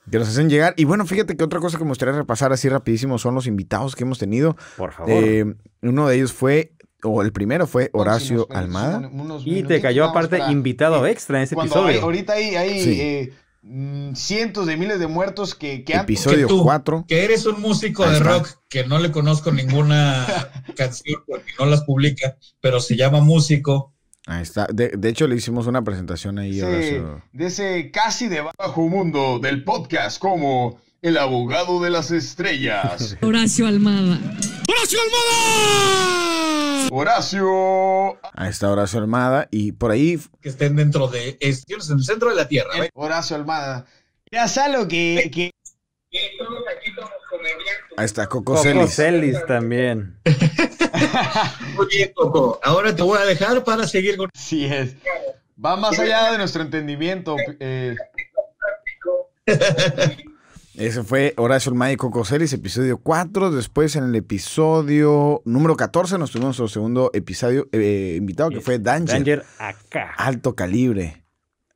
Speaker 1: Que nos hacen llegar. Y bueno, fíjate que otra cosa que me gustaría repasar así rapidísimo son los invitados que hemos tenido.
Speaker 2: Por favor.
Speaker 1: Eh, uno de ellos fue, o el primero fue Horacio Almada.
Speaker 2: y te cayó aparte invitado extra en ese
Speaker 17: Cuando hay-
Speaker 2: episodio.
Speaker 17: ahorita hay, hay
Speaker 1: Sí.
Speaker 17: eh, mm, cientos de miles de muertos que, que han-
Speaker 1: Episodio
Speaker 17: que tú-
Speaker 1: 4.
Speaker 18: Que eres un músico
Speaker 1: Ahí
Speaker 18: de
Speaker 1: está.
Speaker 18: rock que no le conozco
Speaker 17: <laughs>
Speaker 18: ninguna canción porque no las publica, pero se llama músico.
Speaker 1: Ahí está. De, de hecho, le hicimos una presentación ahí,
Speaker 17: ese-
Speaker 1: Horacio.
Speaker 17: de ese casi de bajo mundo del podcast como el abogado de
Speaker 1: <laughs>
Speaker 17: las estrellas,
Speaker 19: Horacio Almada. ¡Horacio Almada!
Speaker 17: Horacio.
Speaker 1: Ahí está Horacio Almada. Y por ahí.
Speaker 18: Que estén dentro de. este, Estuvieron en el centro de la tierra. ¿eh?
Speaker 17: Horacio Almada. Ya Salo que, que
Speaker 1: Ahí está Coco,
Speaker 2: Coco
Speaker 1: Celis.
Speaker 2: Celis también.
Speaker 18: Muy bien, Coco. Ahora te voy a dejar para seguir con.
Speaker 17: Sí es. va más allá de nuestro entendimiento. eh,
Speaker 1: Ese fue Horacio Almada y Coco Celis, episodio 4. Después, en el episodio número 14, nos tuvimos nuestro segundo episodio eh, invitado, que fue Danger.
Speaker 2: Danger acá.
Speaker 1: Alto calibre.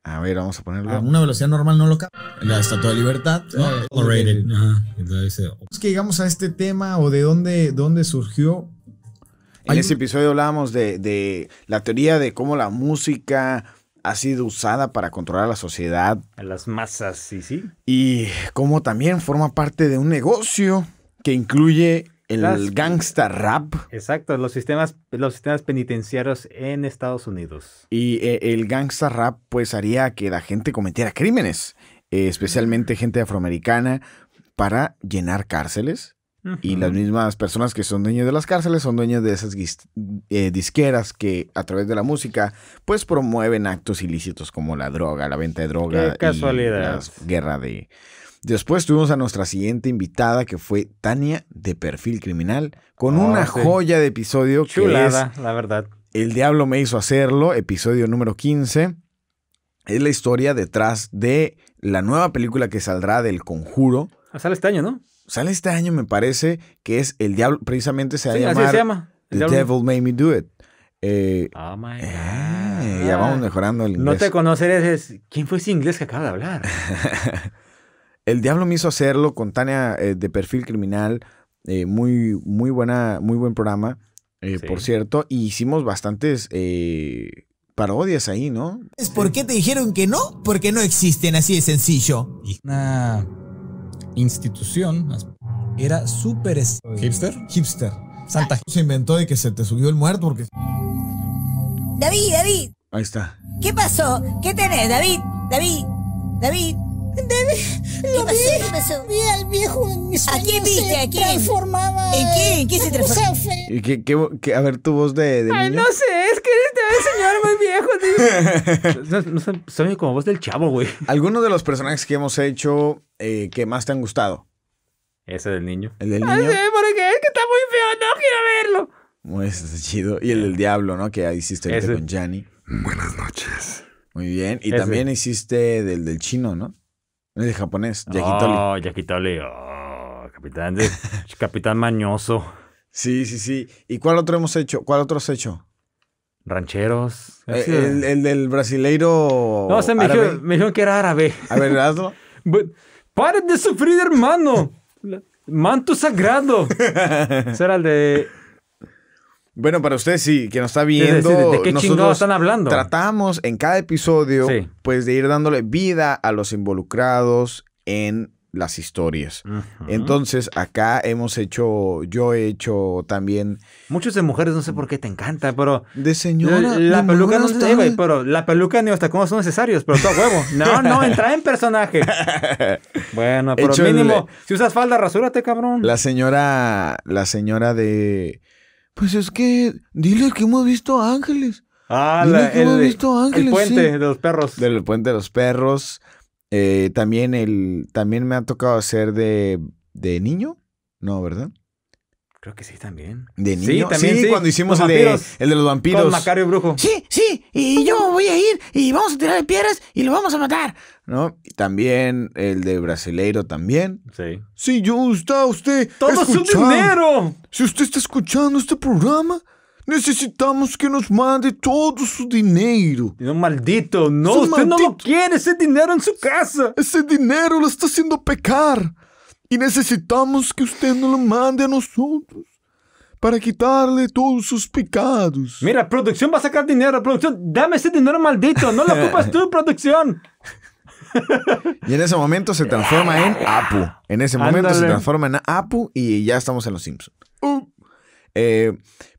Speaker 1: A ver, vamos a ponerlo.
Speaker 12: A una velocidad normal no lo cabe. La Estatua de Libertad. ¿no? Es que llegamos a este tema o de dónde, dónde surgió.
Speaker 1: En ese episodio hablábamos de, de la teoría de cómo la música ha sido usada para controlar a la sociedad
Speaker 2: A las masas, sí, sí.
Speaker 1: y cómo también forma parte de un negocio que incluye el
Speaker 2: Las-
Speaker 1: gangsta rap.
Speaker 2: Exacto, los sistemas, los sistemas penitenciarios en Estados Unidos.
Speaker 1: Y eh, el gangsta rap pues haría que la gente cometiera crímenes, eh, especialmente gente afroamericana, para llenar cárceles. Y las mismas personas que son dueños de las cárceles son dueños de esas guis- eh, disqueras que a través de la música pues promueven actos ilícitos como la droga, la venta de droga.
Speaker 2: Qué casualidad.
Speaker 1: Y la guerra de... Después tuvimos a nuestra siguiente invitada que fue Tania de Perfil Criminal con
Speaker 2: Oh,
Speaker 1: una
Speaker 2: sí.
Speaker 1: joya de episodio que es
Speaker 2: Chulada, la verdad.
Speaker 1: el diablo me hizo hacerlo, episodio número 15. Es la historia detrás de la nueva película que saldrá del conjuro.
Speaker 2: Sale este año, ¿no?
Speaker 1: Sale este año, me parece, que es el diablo, precisamente se va
Speaker 2: Sí,
Speaker 1: a
Speaker 2: así
Speaker 1: llamar
Speaker 2: se llama,
Speaker 1: The
Speaker 2: El Diablo-
Speaker 1: Devil Made Me Do It. Eh,
Speaker 2: Oh my God.
Speaker 1: eh, ya vamos mejorando el
Speaker 2: Ah. No
Speaker 1: inglés.
Speaker 2: te conoceres, es- ¿quién fue ese inglés que acaba de
Speaker 1: <laughs>
Speaker 2: hablar?
Speaker 1: El diablo me hizo hacerlo con Tania eh, de perfil criminal. eh, muy, muy buena, muy buen programa, eh, por cierto. Y hicimos bastantes eh, parodias ahí, ¿no?
Speaker 6: ¿Por qué te dijeron que no? Porque no existen, así de sencillo.
Speaker 9: Una institución era súper... es- ¿Hipster?
Speaker 12: Hipster. Santa se inventó de que se te subió el muerto porque.
Speaker 20: David, David,
Speaker 1: Ahí está.
Speaker 20: ¿qué pasó? ¿Qué tenés, David? David, David. ¿Qué pasó? ¿Qué pasó? Vi al viejo en mis ¿A quién viste? ¿A quién? Transformaba. ¿En quién? ¿En qué se transformaba?
Speaker 1: ¿Y qué, qué- qué- a ver, tu voz de, de niño.
Speaker 20: sé, es que este señor muy viejo,
Speaker 2: No, no sé, soy como voz del chavo, güey.
Speaker 1: Algunos de los personajes que hemos hecho eh, que más te han gustado.
Speaker 2: Ese del niño.
Speaker 1: El
Speaker 3: Ah,
Speaker 1: del niño.
Speaker 20: porque es que está muy feo, no quiero verlo.
Speaker 1: Muy está chido. Y el del diablo, ¿no? Que ahí hiciste ahorita
Speaker 2: Ese.
Speaker 1: con Gianni. Buenas noches. Muy bien. Y
Speaker 2: Ese.
Speaker 1: también hiciste del, del chino, ¿no? El del japonés, Yakitoli.
Speaker 2: Oh, Yakitoli. Oh, capitán,
Speaker 1: <laughs>
Speaker 2: de- capitán mañoso.
Speaker 1: Sí, sí, sí. ¿Y cuál otro hemos hecho? ¿Cuál otro has hecho?
Speaker 2: Rancheros.
Speaker 1: Eh, el, el del brasileiro.
Speaker 2: no, se me
Speaker 1: árabe.
Speaker 2: dijeron, me dijeron que era árabe.
Speaker 1: A ver, hazlo.
Speaker 2: Bu- ¡Paren de sufrir, hermano! La- ¡Manto <laughs> sagrado! Será el de.
Speaker 1: Bueno, para usted sí, que nos está
Speaker 2: sí,
Speaker 1: viendo.
Speaker 2: ¿de qué
Speaker 1: nosotros
Speaker 2: chingados están hablando?
Speaker 1: Tratamos en cada episodio,
Speaker 2: Sí.
Speaker 1: pues, de ir dándole vida a los involucrados en las historias. Entonces, acá hemos hecho, yo he hecho también.
Speaker 2: Muchos de mujeres, no sé por qué te encanta, pero.
Speaker 1: De señora.
Speaker 2: la
Speaker 1: de
Speaker 2: peluca no
Speaker 1: mujer
Speaker 2: sé, güey, pero la peluca ni hasta cómo son necesarios, pero todo a huevo. No, <laughs> no, entra en personaje. Bueno, pero
Speaker 1: Hecho el-
Speaker 2: mínimo, si usas falda, rasúrate, cabrón.
Speaker 1: La señora, la señora de. Pues es que, dile que hemos visto ángeles.
Speaker 2: Ah,
Speaker 1: Dile
Speaker 2: la-
Speaker 1: que hemos
Speaker 2: de-
Speaker 1: visto ángeles,
Speaker 2: el puente
Speaker 1: sí.
Speaker 2: de los perros.
Speaker 1: Del puente de los perros. Eh, también el, también me ha tocado hacer de, de niño. No, ¿verdad?
Speaker 2: Creo que sí, también.
Speaker 1: De
Speaker 2: Sí,
Speaker 1: niño. Sí,
Speaker 2: también sí.
Speaker 1: cuando hicimos el
Speaker 2: Los
Speaker 1: de,
Speaker 2: vampiros.
Speaker 1: el de los vampiros.
Speaker 2: Con Macario Brujo.
Speaker 21: Sí, sí, y yo voy a ir y vamos a tirarle piedras y lo vamos a matar.
Speaker 1: ¿No? Y también el de Brasileiro también.
Speaker 2: Sí.
Speaker 21: Si yo está usted.
Speaker 1: ¡Todo su
Speaker 21: escuchando-
Speaker 1: dinero!
Speaker 21: Si usted está escuchando este programa, necesitamos que nos mande todo su dinero.
Speaker 2: No, maldito, no, usted no lo quiere ese dinero en su casa.
Speaker 21: Ese dinero lo está haciendo pecar. Y necesitamos que usted nos lo mande a nosotros para quitarle todos sus pecados.
Speaker 2: Mira, producción va a sacar dinero. Producción, dame ese dinero maldito. No lo ocupas
Speaker 1: <laughs>
Speaker 2: tú, producción.
Speaker 1: Y en ese momento se transforma en Apu. En ese momento se
Speaker 2: Ándale.
Speaker 1: transforma en Apu y ya estamos en los Simpsons.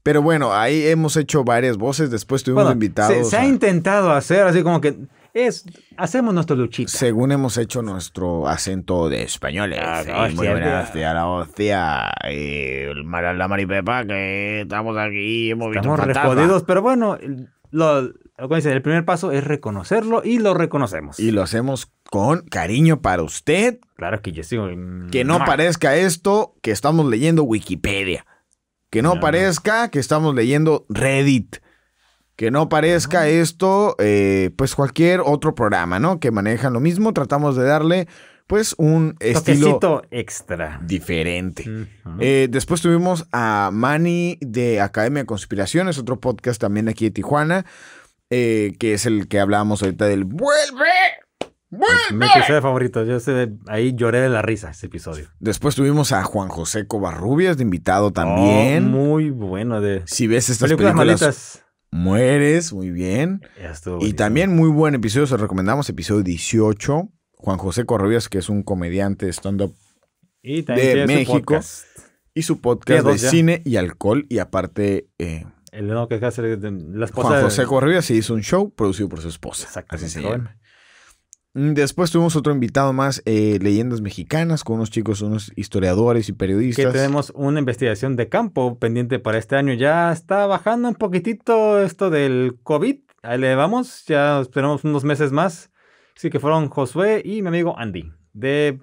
Speaker 1: pero bueno, ahí hemos hecho varias voces. Después tuvimos
Speaker 2: Bueno,
Speaker 1: invitados. ah.
Speaker 2: se, se ha
Speaker 1: a-
Speaker 2: intentado hacer así como que es hacemos nuestro luchito.
Speaker 1: Según hemos hecho nuestro acento de españoles. Sí,
Speaker 2: no,
Speaker 1: muy
Speaker 2: Ah, hostia,
Speaker 1: buena,
Speaker 2: hostia.
Speaker 1: hostia, la hostia. Y el mar- la maripepa que estamos aquí. Hemos visto
Speaker 2: Estamos
Speaker 1: un
Speaker 2: re
Speaker 1: fantasma.
Speaker 2: jodidos, pero bueno, lo, como dicen, el primer paso es reconocerlo y lo reconocemos.
Speaker 1: Y lo hacemos con cariño para usted.
Speaker 2: Claro que yo sigo. mm,
Speaker 1: Que no
Speaker 2: mua.
Speaker 1: parezca esto que estamos leyendo Wikipedia. Que no, parezca que estamos leyendo Reddit. Que no parezca
Speaker 2: Ah.
Speaker 1: esto, eh, pues cualquier otro programa, ¿no? Que manejan lo mismo. Tratamos de darle, pues, un estilo
Speaker 2: Toquecito extra.
Speaker 1: diferente. Eh, después tuvimos a Manny de Academia de Conspiraciones, otro podcast también aquí de Tijuana, eh, que es el que hablábamos ahorita del ¡Vuelve!
Speaker 2: Mi episodio favorito. Yo sé- ahí lloré de la risa ese episodio.
Speaker 1: Después tuvimos a Juan José Covarrubias de invitado también.
Speaker 2: Oh, muy bueno de
Speaker 1: si ves estas
Speaker 2: películas
Speaker 1: películas,
Speaker 2: malitas.
Speaker 1: mueres, muy bien. Y también muy buen episodio, se recomendamos episodio 18. Juan José Covarrubias, que es un comediante de stand-up
Speaker 2: y también
Speaker 1: de
Speaker 2: tiene su
Speaker 1: México.
Speaker 2: podcast.
Speaker 1: Y su podcast
Speaker 2: Tiene
Speaker 1: de
Speaker 2: dos ya.
Speaker 1: cine y alcohol. Y aparte, eh,
Speaker 2: El no que hace de- la esposa
Speaker 1: Juan
Speaker 2: de-
Speaker 1: José Covarrubias se hizo un show producido por su esposa. Así se llama. Mm, Después tuvimos otro invitado más, eh, Leyendas Mexicanas, con unos chicos, unos historiadores y
Speaker 2: que
Speaker 1: periodistas.
Speaker 2: tenemos una investigación de campo pendiente para este año. Ya está bajando un poquitito esto del COVID. Ahí le vamos, ya esperamos unos meses más. Así que fueron Josué y mi amigo Andy, de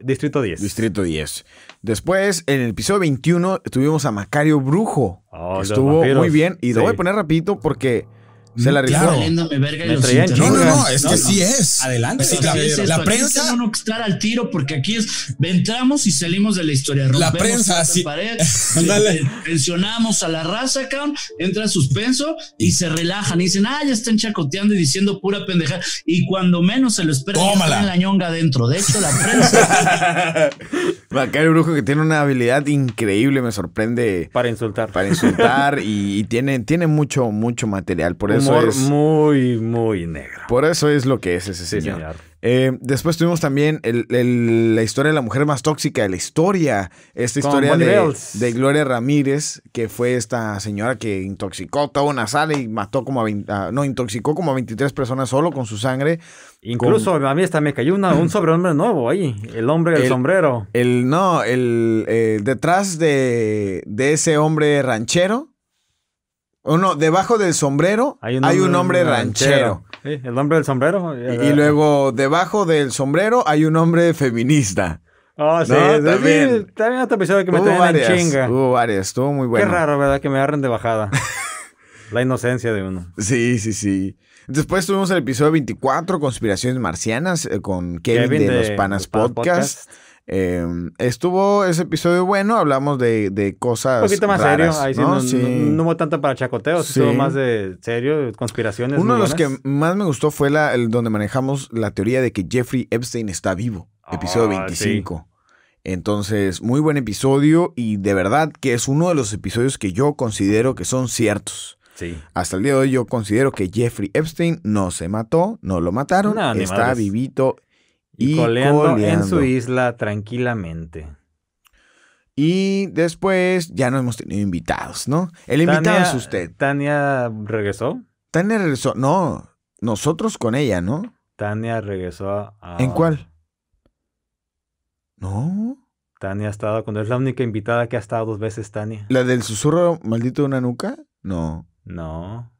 Speaker 2: Distrito 10.
Speaker 1: Distrito 10. Después, en el episodio 21, tuvimos a Macario Brujo. que
Speaker 2: Oh, los
Speaker 1: estuvo
Speaker 2: vampiros.
Speaker 1: muy bien. Y lo
Speaker 2: Sí.
Speaker 1: voy a poner rapidito porque se la rifó.
Speaker 22: Claro. Valiéndome verga y los
Speaker 1: No,
Speaker 22: internet.
Speaker 1: no, no, es que sí es.
Speaker 22: Adelante.
Speaker 1: Sí, la- la prensa-
Speaker 22: No estar al tiro porque aquí es entramos y salimos de la historia.
Speaker 5: La
Speaker 22: Rompemos
Speaker 5: prensa,
Speaker 22: cuarta
Speaker 5: sí.
Speaker 22: pared,
Speaker 5: Ándale.
Speaker 22: eh, Mencionamos a la raza, cabrón, entra suspenso y se relajan y dicen, ah, ya están chacoteando y diciendo pura pendejada. Y cuando menos se lo esperan, ya
Speaker 1: Tómala.
Speaker 22: traen la ñonga adentro. De hecho, la prensa
Speaker 1: Macario Brujo que tiene una habilidad increíble, me sorprende.
Speaker 2: Para insultar.
Speaker 1: Para insultar y, y tiene, tiene mucho, mucho material. Por eso
Speaker 2: Humor
Speaker 1: es.
Speaker 2: muy, muy negro.
Speaker 1: Por eso es lo que es ese señor.
Speaker 2: señor.
Speaker 1: Eh, después tuvimos también el- el- la historia de la mujer más tóxica de la historia. Esta
Speaker 2: Con
Speaker 1: historia
Speaker 2: Bonnie
Speaker 1: de,
Speaker 2: Bells.
Speaker 1: de Gloria Ramírez, que fue esta señora que intoxicó toda una sala y mató como a 20 ah, no, intoxicó como a 23 personas solo con su sangre.
Speaker 2: Incluso a mí hasta me cayó una- un sobrenombre nuevo ahí. El hombre del
Speaker 1: El-
Speaker 2: sombrero.
Speaker 1: El, no, el, eh, detrás de, de ese hombre ranchero. O no, debajo del sombrero hay un, hombre ranchero.
Speaker 2: Sí, el hombre del sombrero. Eh,
Speaker 1: Y, y luego, debajo del sombrero hay un hombre feminista.
Speaker 2: Ah, sí,
Speaker 1: No,
Speaker 2: sí,
Speaker 1: también.
Speaker 2: sí, también otro episodio que me
Speaker 1: Hubo
Speaker 2: traen en
Speaker 1: varias,
Speaker 2: chinga.
Speaker 1: Hubo varias, estuvo muy bueno.
Speaker 2: Qué raro, ¿verdad? Que me agarren de bajada.
Speaker 1: <laughs>
Speaker 2: La inocencia de uno.
Speaker 1: Sí, sí, sí. Después tuvimos el episodio 24, Conspiraciones Marcianas, eh, con Kevin,
Speaker 2: Kevin
Speaker 1: de,
Speaker 2: de
Speaker 1: Los Panas
Speaker 2: Los Panas
Speaker 1: Podcast. Eh, estuvo ese episodio bueno, hablamos de, de
Speaker 2: Un
Speaker 1: cosas.
Speaker 2: poquito más
Speaker 1: raras,
Speaker 2: serio. Ahí sí
Speaker 1: ¿no?
Speaker 2: no,
Speaker 1: Sí.
Speaker 2: no- no hubo tanto para chacoteos,
Speaker 1: Sí.
Speaker 2: estuvo más de serio, conspiraciones.
Speaker 1: Uno de
Speaker 2: muy
Speaker 1: los que
Speaker 2: buenas.
Speaker 1: más me gustó fue la, el donde manejamos la teoría de que Jeffrey Epstein está vivo, episodio
Speaker 2: Ah, sí.
Speaker 1: 25. Entonces, muy buen episodio y de verdad que es uno de los episodios que yo considero que son ciertos.
Speaker 2: Sí.
Speaker 1: Hasta el día de hoy yo considero que Jeffrey Epstein no se mató, no lo mataron,
Speaker 2: No, ni
Speaker 1: está
Speaker 2: madres.
Speaker 1: vivito y,
Speaker 2: coleando, en su
Speaker 1: coleando.
Speaker 2: isla tranquilamente.
Speaker 1: Y después ya no hemos tenido invitados, ¿no? El invitado
Speaker 2: Tania-
Speaker 1: es usted.
Speaker 2: ¿Tania regresó?
Speaker 1: Tania regresó, no, nosotros con ella, ¿no?
Speaker 2: Tania regresó a...
Speaker 1: ¿En cuál? No.
Speaker 2: Tania ha estado cuando es la única invitada que ha estado dos veces, Tania.
Speaker 1: ¿La del susurro maldito de una nuca? No,
Speaker 2: No.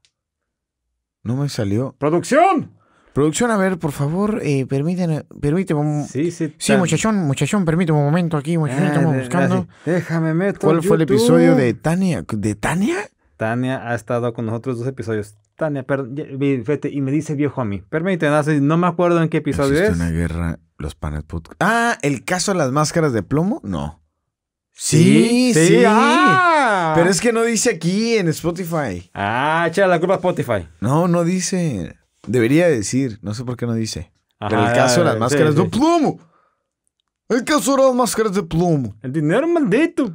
Speaker 1: no me salió.
Speaker 2: ¡Producción!
Speaker 1: Producción, a ver, por favor, eh, permíteme, permíteme un-
Speaker 2: Sí, sí.
Speaker 1: Mm. Sí,
Speaker 2: tam-
Speaker 1: muchachón, muchachón, permíteme un momento aquí, muchachón,
Speaker 2: Ah,
Speaker 1: estamos
Speaker 2: de-
Speaker 1: buscando.
Speaker 2: Déjame meter.
Speaker 1: ¿Cuál fue el episodio de Tania? ¿De Tania?
Speaker 2: Tania ha estado con nosotros dos episodios. Tania, perdón, ya- vi- fíjate, y me dice viejo a mí. Permíteme, así, no me acuerdo en qué episodio
Speaker 1: Existe
Speaker 2: es.
Speaker 1: una guerra, los panas podcast. Ah, el caso de las máscaras de plomo, no.
Speaker 2: Sí,
Speaker 1: Sí, sí.
Speaker 2: sí, ah.
Speaker 1: Pero es que no dice aquí en Spotify.
Speaker 2: Ah, echa la culpa a Spotify.
Speaker 1: No, no dice. Debería decir, no sé por qué no dice. Pero el
Speaker 2: Ajá,
Speaker 1: caso de las
Speaker 2: Ah, sí,
Speaker 1: máscaras
Speaker 2: sí.
Speaker 1: de plomo. El caso de las máscaras de plomo.
Speaker 2: El dinero maldito.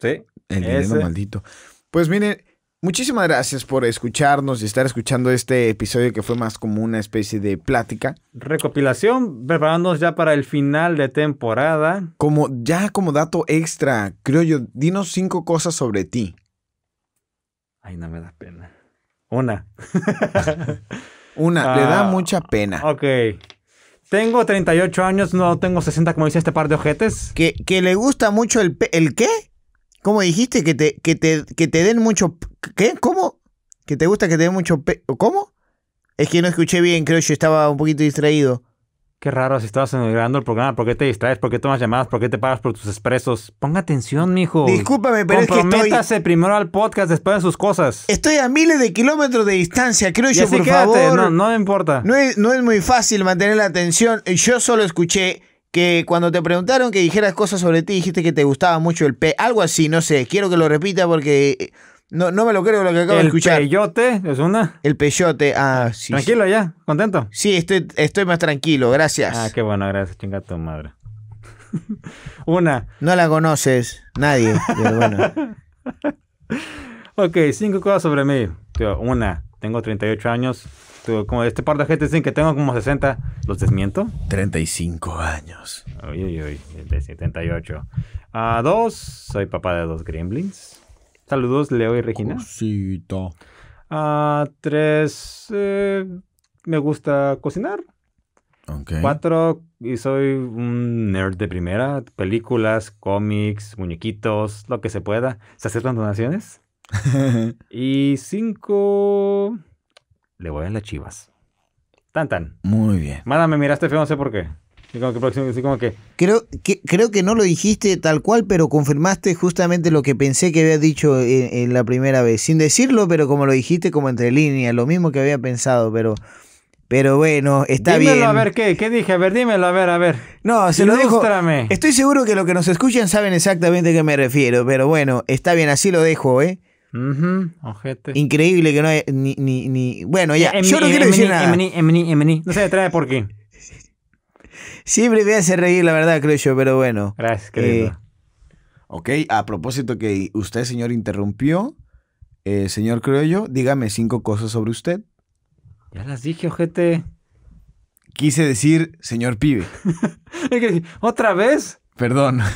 Speaker 2: Sí.
Speaker 1: El dinero
Speaker 2: ese.
Speaker 1: maldito. Pues miren, muchísimas gracias por escucharnos y estar escuchando este episodio que fue más como una especie de plática.
Speaker 2: Recopilación, preparándonos ya para el final de temporada.
Speaker 1: Como ya como dato extra, creo yo, dinos cinco cosas sobre ti.
Speaker 2: Ay, no me da pena. Una.
Speaker 1: Una, le
Speaker 2: Ah.
Speaker 1: da mucha pena.
Speaker 2: Ok. Tengo 38 años, no tengo 60 como dice este par de ojetes.
Speaker 3: Que, que le gusta mucho el... pe- ¿El qué? ¿Cómo dijiste? Que te, que te, que te den mucho... p- ¿Qué? ¿Cómo? ¿Que te gusta que te den mucho... pe- ¿Cómo? Es que no escuché bien, creo yo estaba un poquito distraído.
Speaker 2: Qué raro si estabas grabando el programa. ¿Por qué te distraes? ¿Por qué tomas llamadas? ¿Por qué te pagas por tus expresos? Ponga atención, mijo.
Speaker 3: Discúlpame, pero es que estoy-
Speaker 2: Comprométase primero al podcast, después en sus cosas.
Speaker 3: Estoy a miles de kilómetros de distancia, creo
Speaker 2: Y
Speaker 3: yo,
Speaker 2: así
Speaker 3: por
Speaker 2: quédate,
Speaker 3: favor.
Speaker 2: no- no me importa.
Speaker 3: No es, no es muy fácil mantener la atención. Yo solo escuché que cuando te preguntaron que dijeras cosas sobre ti, dijiste que te gustaba mucho el pe... Algo así, no sé. Quiero que lo repita porque eh, no, no me lo creo lo que acabo de
Speaker 2: El
Speaker 3: escuchar.
Speaker 2: peyote es una.
Speaker 3: El peyote, ah, sí.
Speaker 2: Tranquilo ya, contento.
Speaker 3: Sí, estoy, estoy más tranquilo, gracias.
Speaker 2: Ah, qué bueno, gracias, chinga tu madre. <laughs> Una.
Speaker 3: No la conoces,
Speaker 2: <laughs>
Speaker 3: nadie, pero bueno.
Speaker 2: Ok, cinco cosas sobre mí. Tío, Una, tengo 38 años. Tío, Como este par de gente dicen que tengo como 60, ¿los desmiento?
Speaker 1: 35 años.
Speaker 2: Uy, uy, uy, de 78. A Ah, dos, soy papá de dos gremlins. Saludos, Leo y Regina. A tres, eh, me gusta cocinar. Cuatro, y soy un nerd de primera. Películas, cómics, muñequitos, lo que se pueda. ¿Se aceptan donaciones? y cinco, le voy a las chivas. Tan, tan.
Speaker 1: <laughs> Muy bien.
Speaker 2: Mala, me miraste feo, no sé por qué. Así como que, próximo- así como que
Speaker 3: Creo que, creo que no lo dijiste tal cual, pero confirmaste justamente lo que pensé que había dicho en, en la primera vez. Sin decirlo, pero como lo dijiste como entre líneas, lo mismo que había pensado, pero, pero bueno, está
Speaker 2: dímelo
Speaker 3: bien.
Speaker 2: a ver qué, qué dije, a ver, dímelo a ver, a ver.
Speaker 3: No, se lo este dejo.
Speaker 2: Ilústrame.
Speaker 3: Estoy seguro que los que nos escuchan saben exactamente a qué me refiero, pero bueno, está bien, así lo dejo, ¿eh?
Speaker 2: Ujú, ojete.
Speaker 3: Increíble que no hay ni, ni, ni- Bueno, ya,
Speaker 2: Emini,
Speaker 3: yo no quiero
Speaker 2: Emini,
Speaker 3: decir nada.
Speaker 2: Emini, Emini, Emini. No se detrae por qué.
Speaker 3: Siempre me hace reír, la verdad, creo yo, pero bueno.
Speaker 2: Gracias,
Speaker 3: querido.
Speaker 1: Ok, a propósito que usted, señor, interrumpió. eh, señor Criollo, dígame cinco cosas sobre usted.
Speaker 2: Ya las dije, ojete.
Speaker 1: Quise decir, señor pibe.
Speaker 2: ¿Otra vez?
Speaker 1: Perdón. <laughs>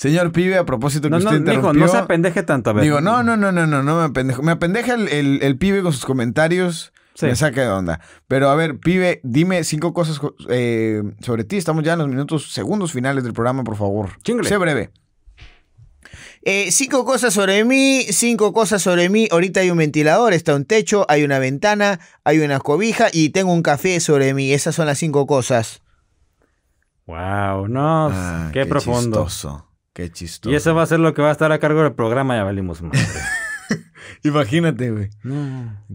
Speaker 1: Señor pibe, a propósito que
Speaker 2: No, no,
Speaker 1: usted
Speaker 2: mijo,
Speaker 1: interrumpió.
Speaker 2: no se apendeje tanto, a ver.
Speaker 1: Digo, no, no, no, no, no, no me apendejo. Me apendeja el, el- el pibe con sus comentarios.
Speaker 2: Sí.
Speaker 1: Me saca de onda. Pero a ver, pibe, dime cinco cosas co- eh, sobre ti. Estamos ya en los minutos, segundos finales del programa, por favor.
Speaker 2: Chingle.
Speaker 1: Sé breve.
Speaker 3: Eh, cinco cosas sobre mí, cinco cosas sobre mí. Ahorita hay un ventilador, está un techo, hay una ventana, hay una cobija y tengo un café sobre mí. Esas son las cinco cosas.
Speaker 2: Wow, no,
Speaker 1: Ah,
Speaker 2: qué, profundo.
Speaker 1: chistoso, Qué chistoso.
Speaker 2: Y eso va a ser lo que va a estar a cargo del programa, ya valimos
Speaker 3: <laughs>
Speaker 2: madre.
Speaker 1: Imagínate, güey.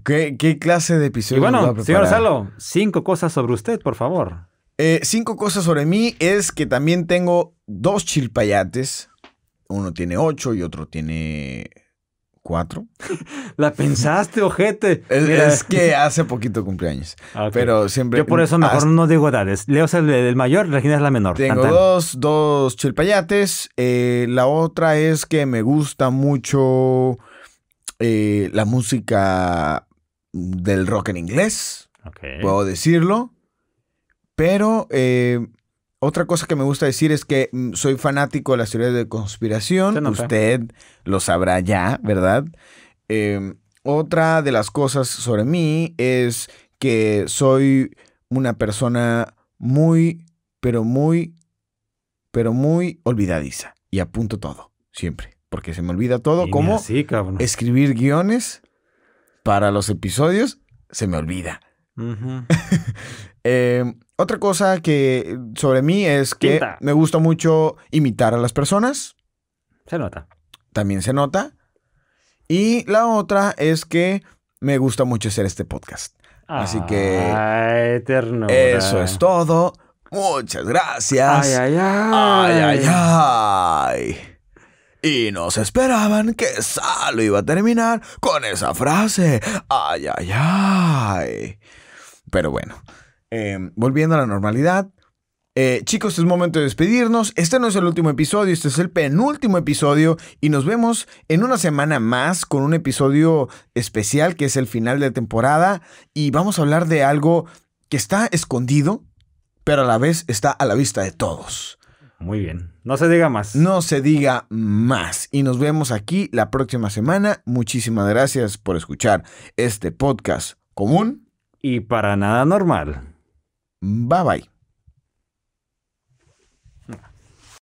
Speaker 1: ¿Qué, qué clase de episodio
Speaker 2: Y
Speaker 1: nos va a
Speaker 2: bueno, señor
Speaker 1: preparar?
Speaker 2: Salo, cinco cosas sobre usted, por favor.
Speaker 1: Eh, cinco cosas sobre mí es que también tengo dos chilpayates. Uno tiene ocho y otro tiene cuatro.
Speaker 2: La pensaste, ojete.
Speaker 1: <laughs> Es,
Speaker 2: Mira.
Speaker 1: es que hace poquito cumpleaños.
Speaker 2: Ah, ok.
Speaker 1: Pero siempre.
Speaker 2: Yo por eso mejor
Speaker 1: hasta-
Speaker 2: no digo edades. Leo es el, el mayor, Regina es la menor. Tan,
Speaker 1: Tengo
Speaker 2: tan.
Speaker 1: dos, dos chilpayates. Eh, la otra es que me gusta mucho eh, la música del rock en inglés. Puedo decirlo. Pero eh, otra cosa que me gusta decir es que mm, soy fanático de las teorías de
Speaker 2: Se
Speaker 1: conspiración.
Speaker 2: nota.
Speaker 1: Usted lo sabrá ya, ¿verdad? Eh, otra de las cosas sobre mí es que soy una persona muy, pero muy, pero muy olvidadiza. Y apunto todo, siempre. Porque se me olvida todo.
Speaker 2: Y ni
Speaker 1: como
Speaker 2: así, cabrón.
Speaker 1: escribir guiones para los episodios, se me olvida. Eh, otra cosa que sobre mí es que
Speaker 2: Quinta.
Speaker 1: me gusta mucho imitar a las personas.
Speaker 2: Se nota.
Speaker 1: También se nota. Y la otra es que me gusta mucho hacer este podcast. Así que
Speaker 2: Ay, ternura.
Speaker 1: eso es todo. Muchas gracias.
Speaker 2: Ay, ay, ay.
Speaker 1: Ay, ay, ay. Y no se esperaban que Salo iba a terminar con esa frase. Ay, ay, ay. Pero bueno, eh, volviendo a la normalidad. Eh, chicos, es momento de despedirnos. Este no es el último episodio, este es el penúltimo episodio y nos vemos en una semana más con un episodio especial que es el final de temporada y vamos a hablar de algo que está escondido, pero a la vez está a la vista de todos.
Speaker 2: Muy bien. No se diga más.
Speaker 1: No se diga más. Y nos vemos aquí la próxima semana. Muchísimas gracias por escuchar este podcast común.
Speaker 2: Y para nada normal.
Speaker 1: Bye bye.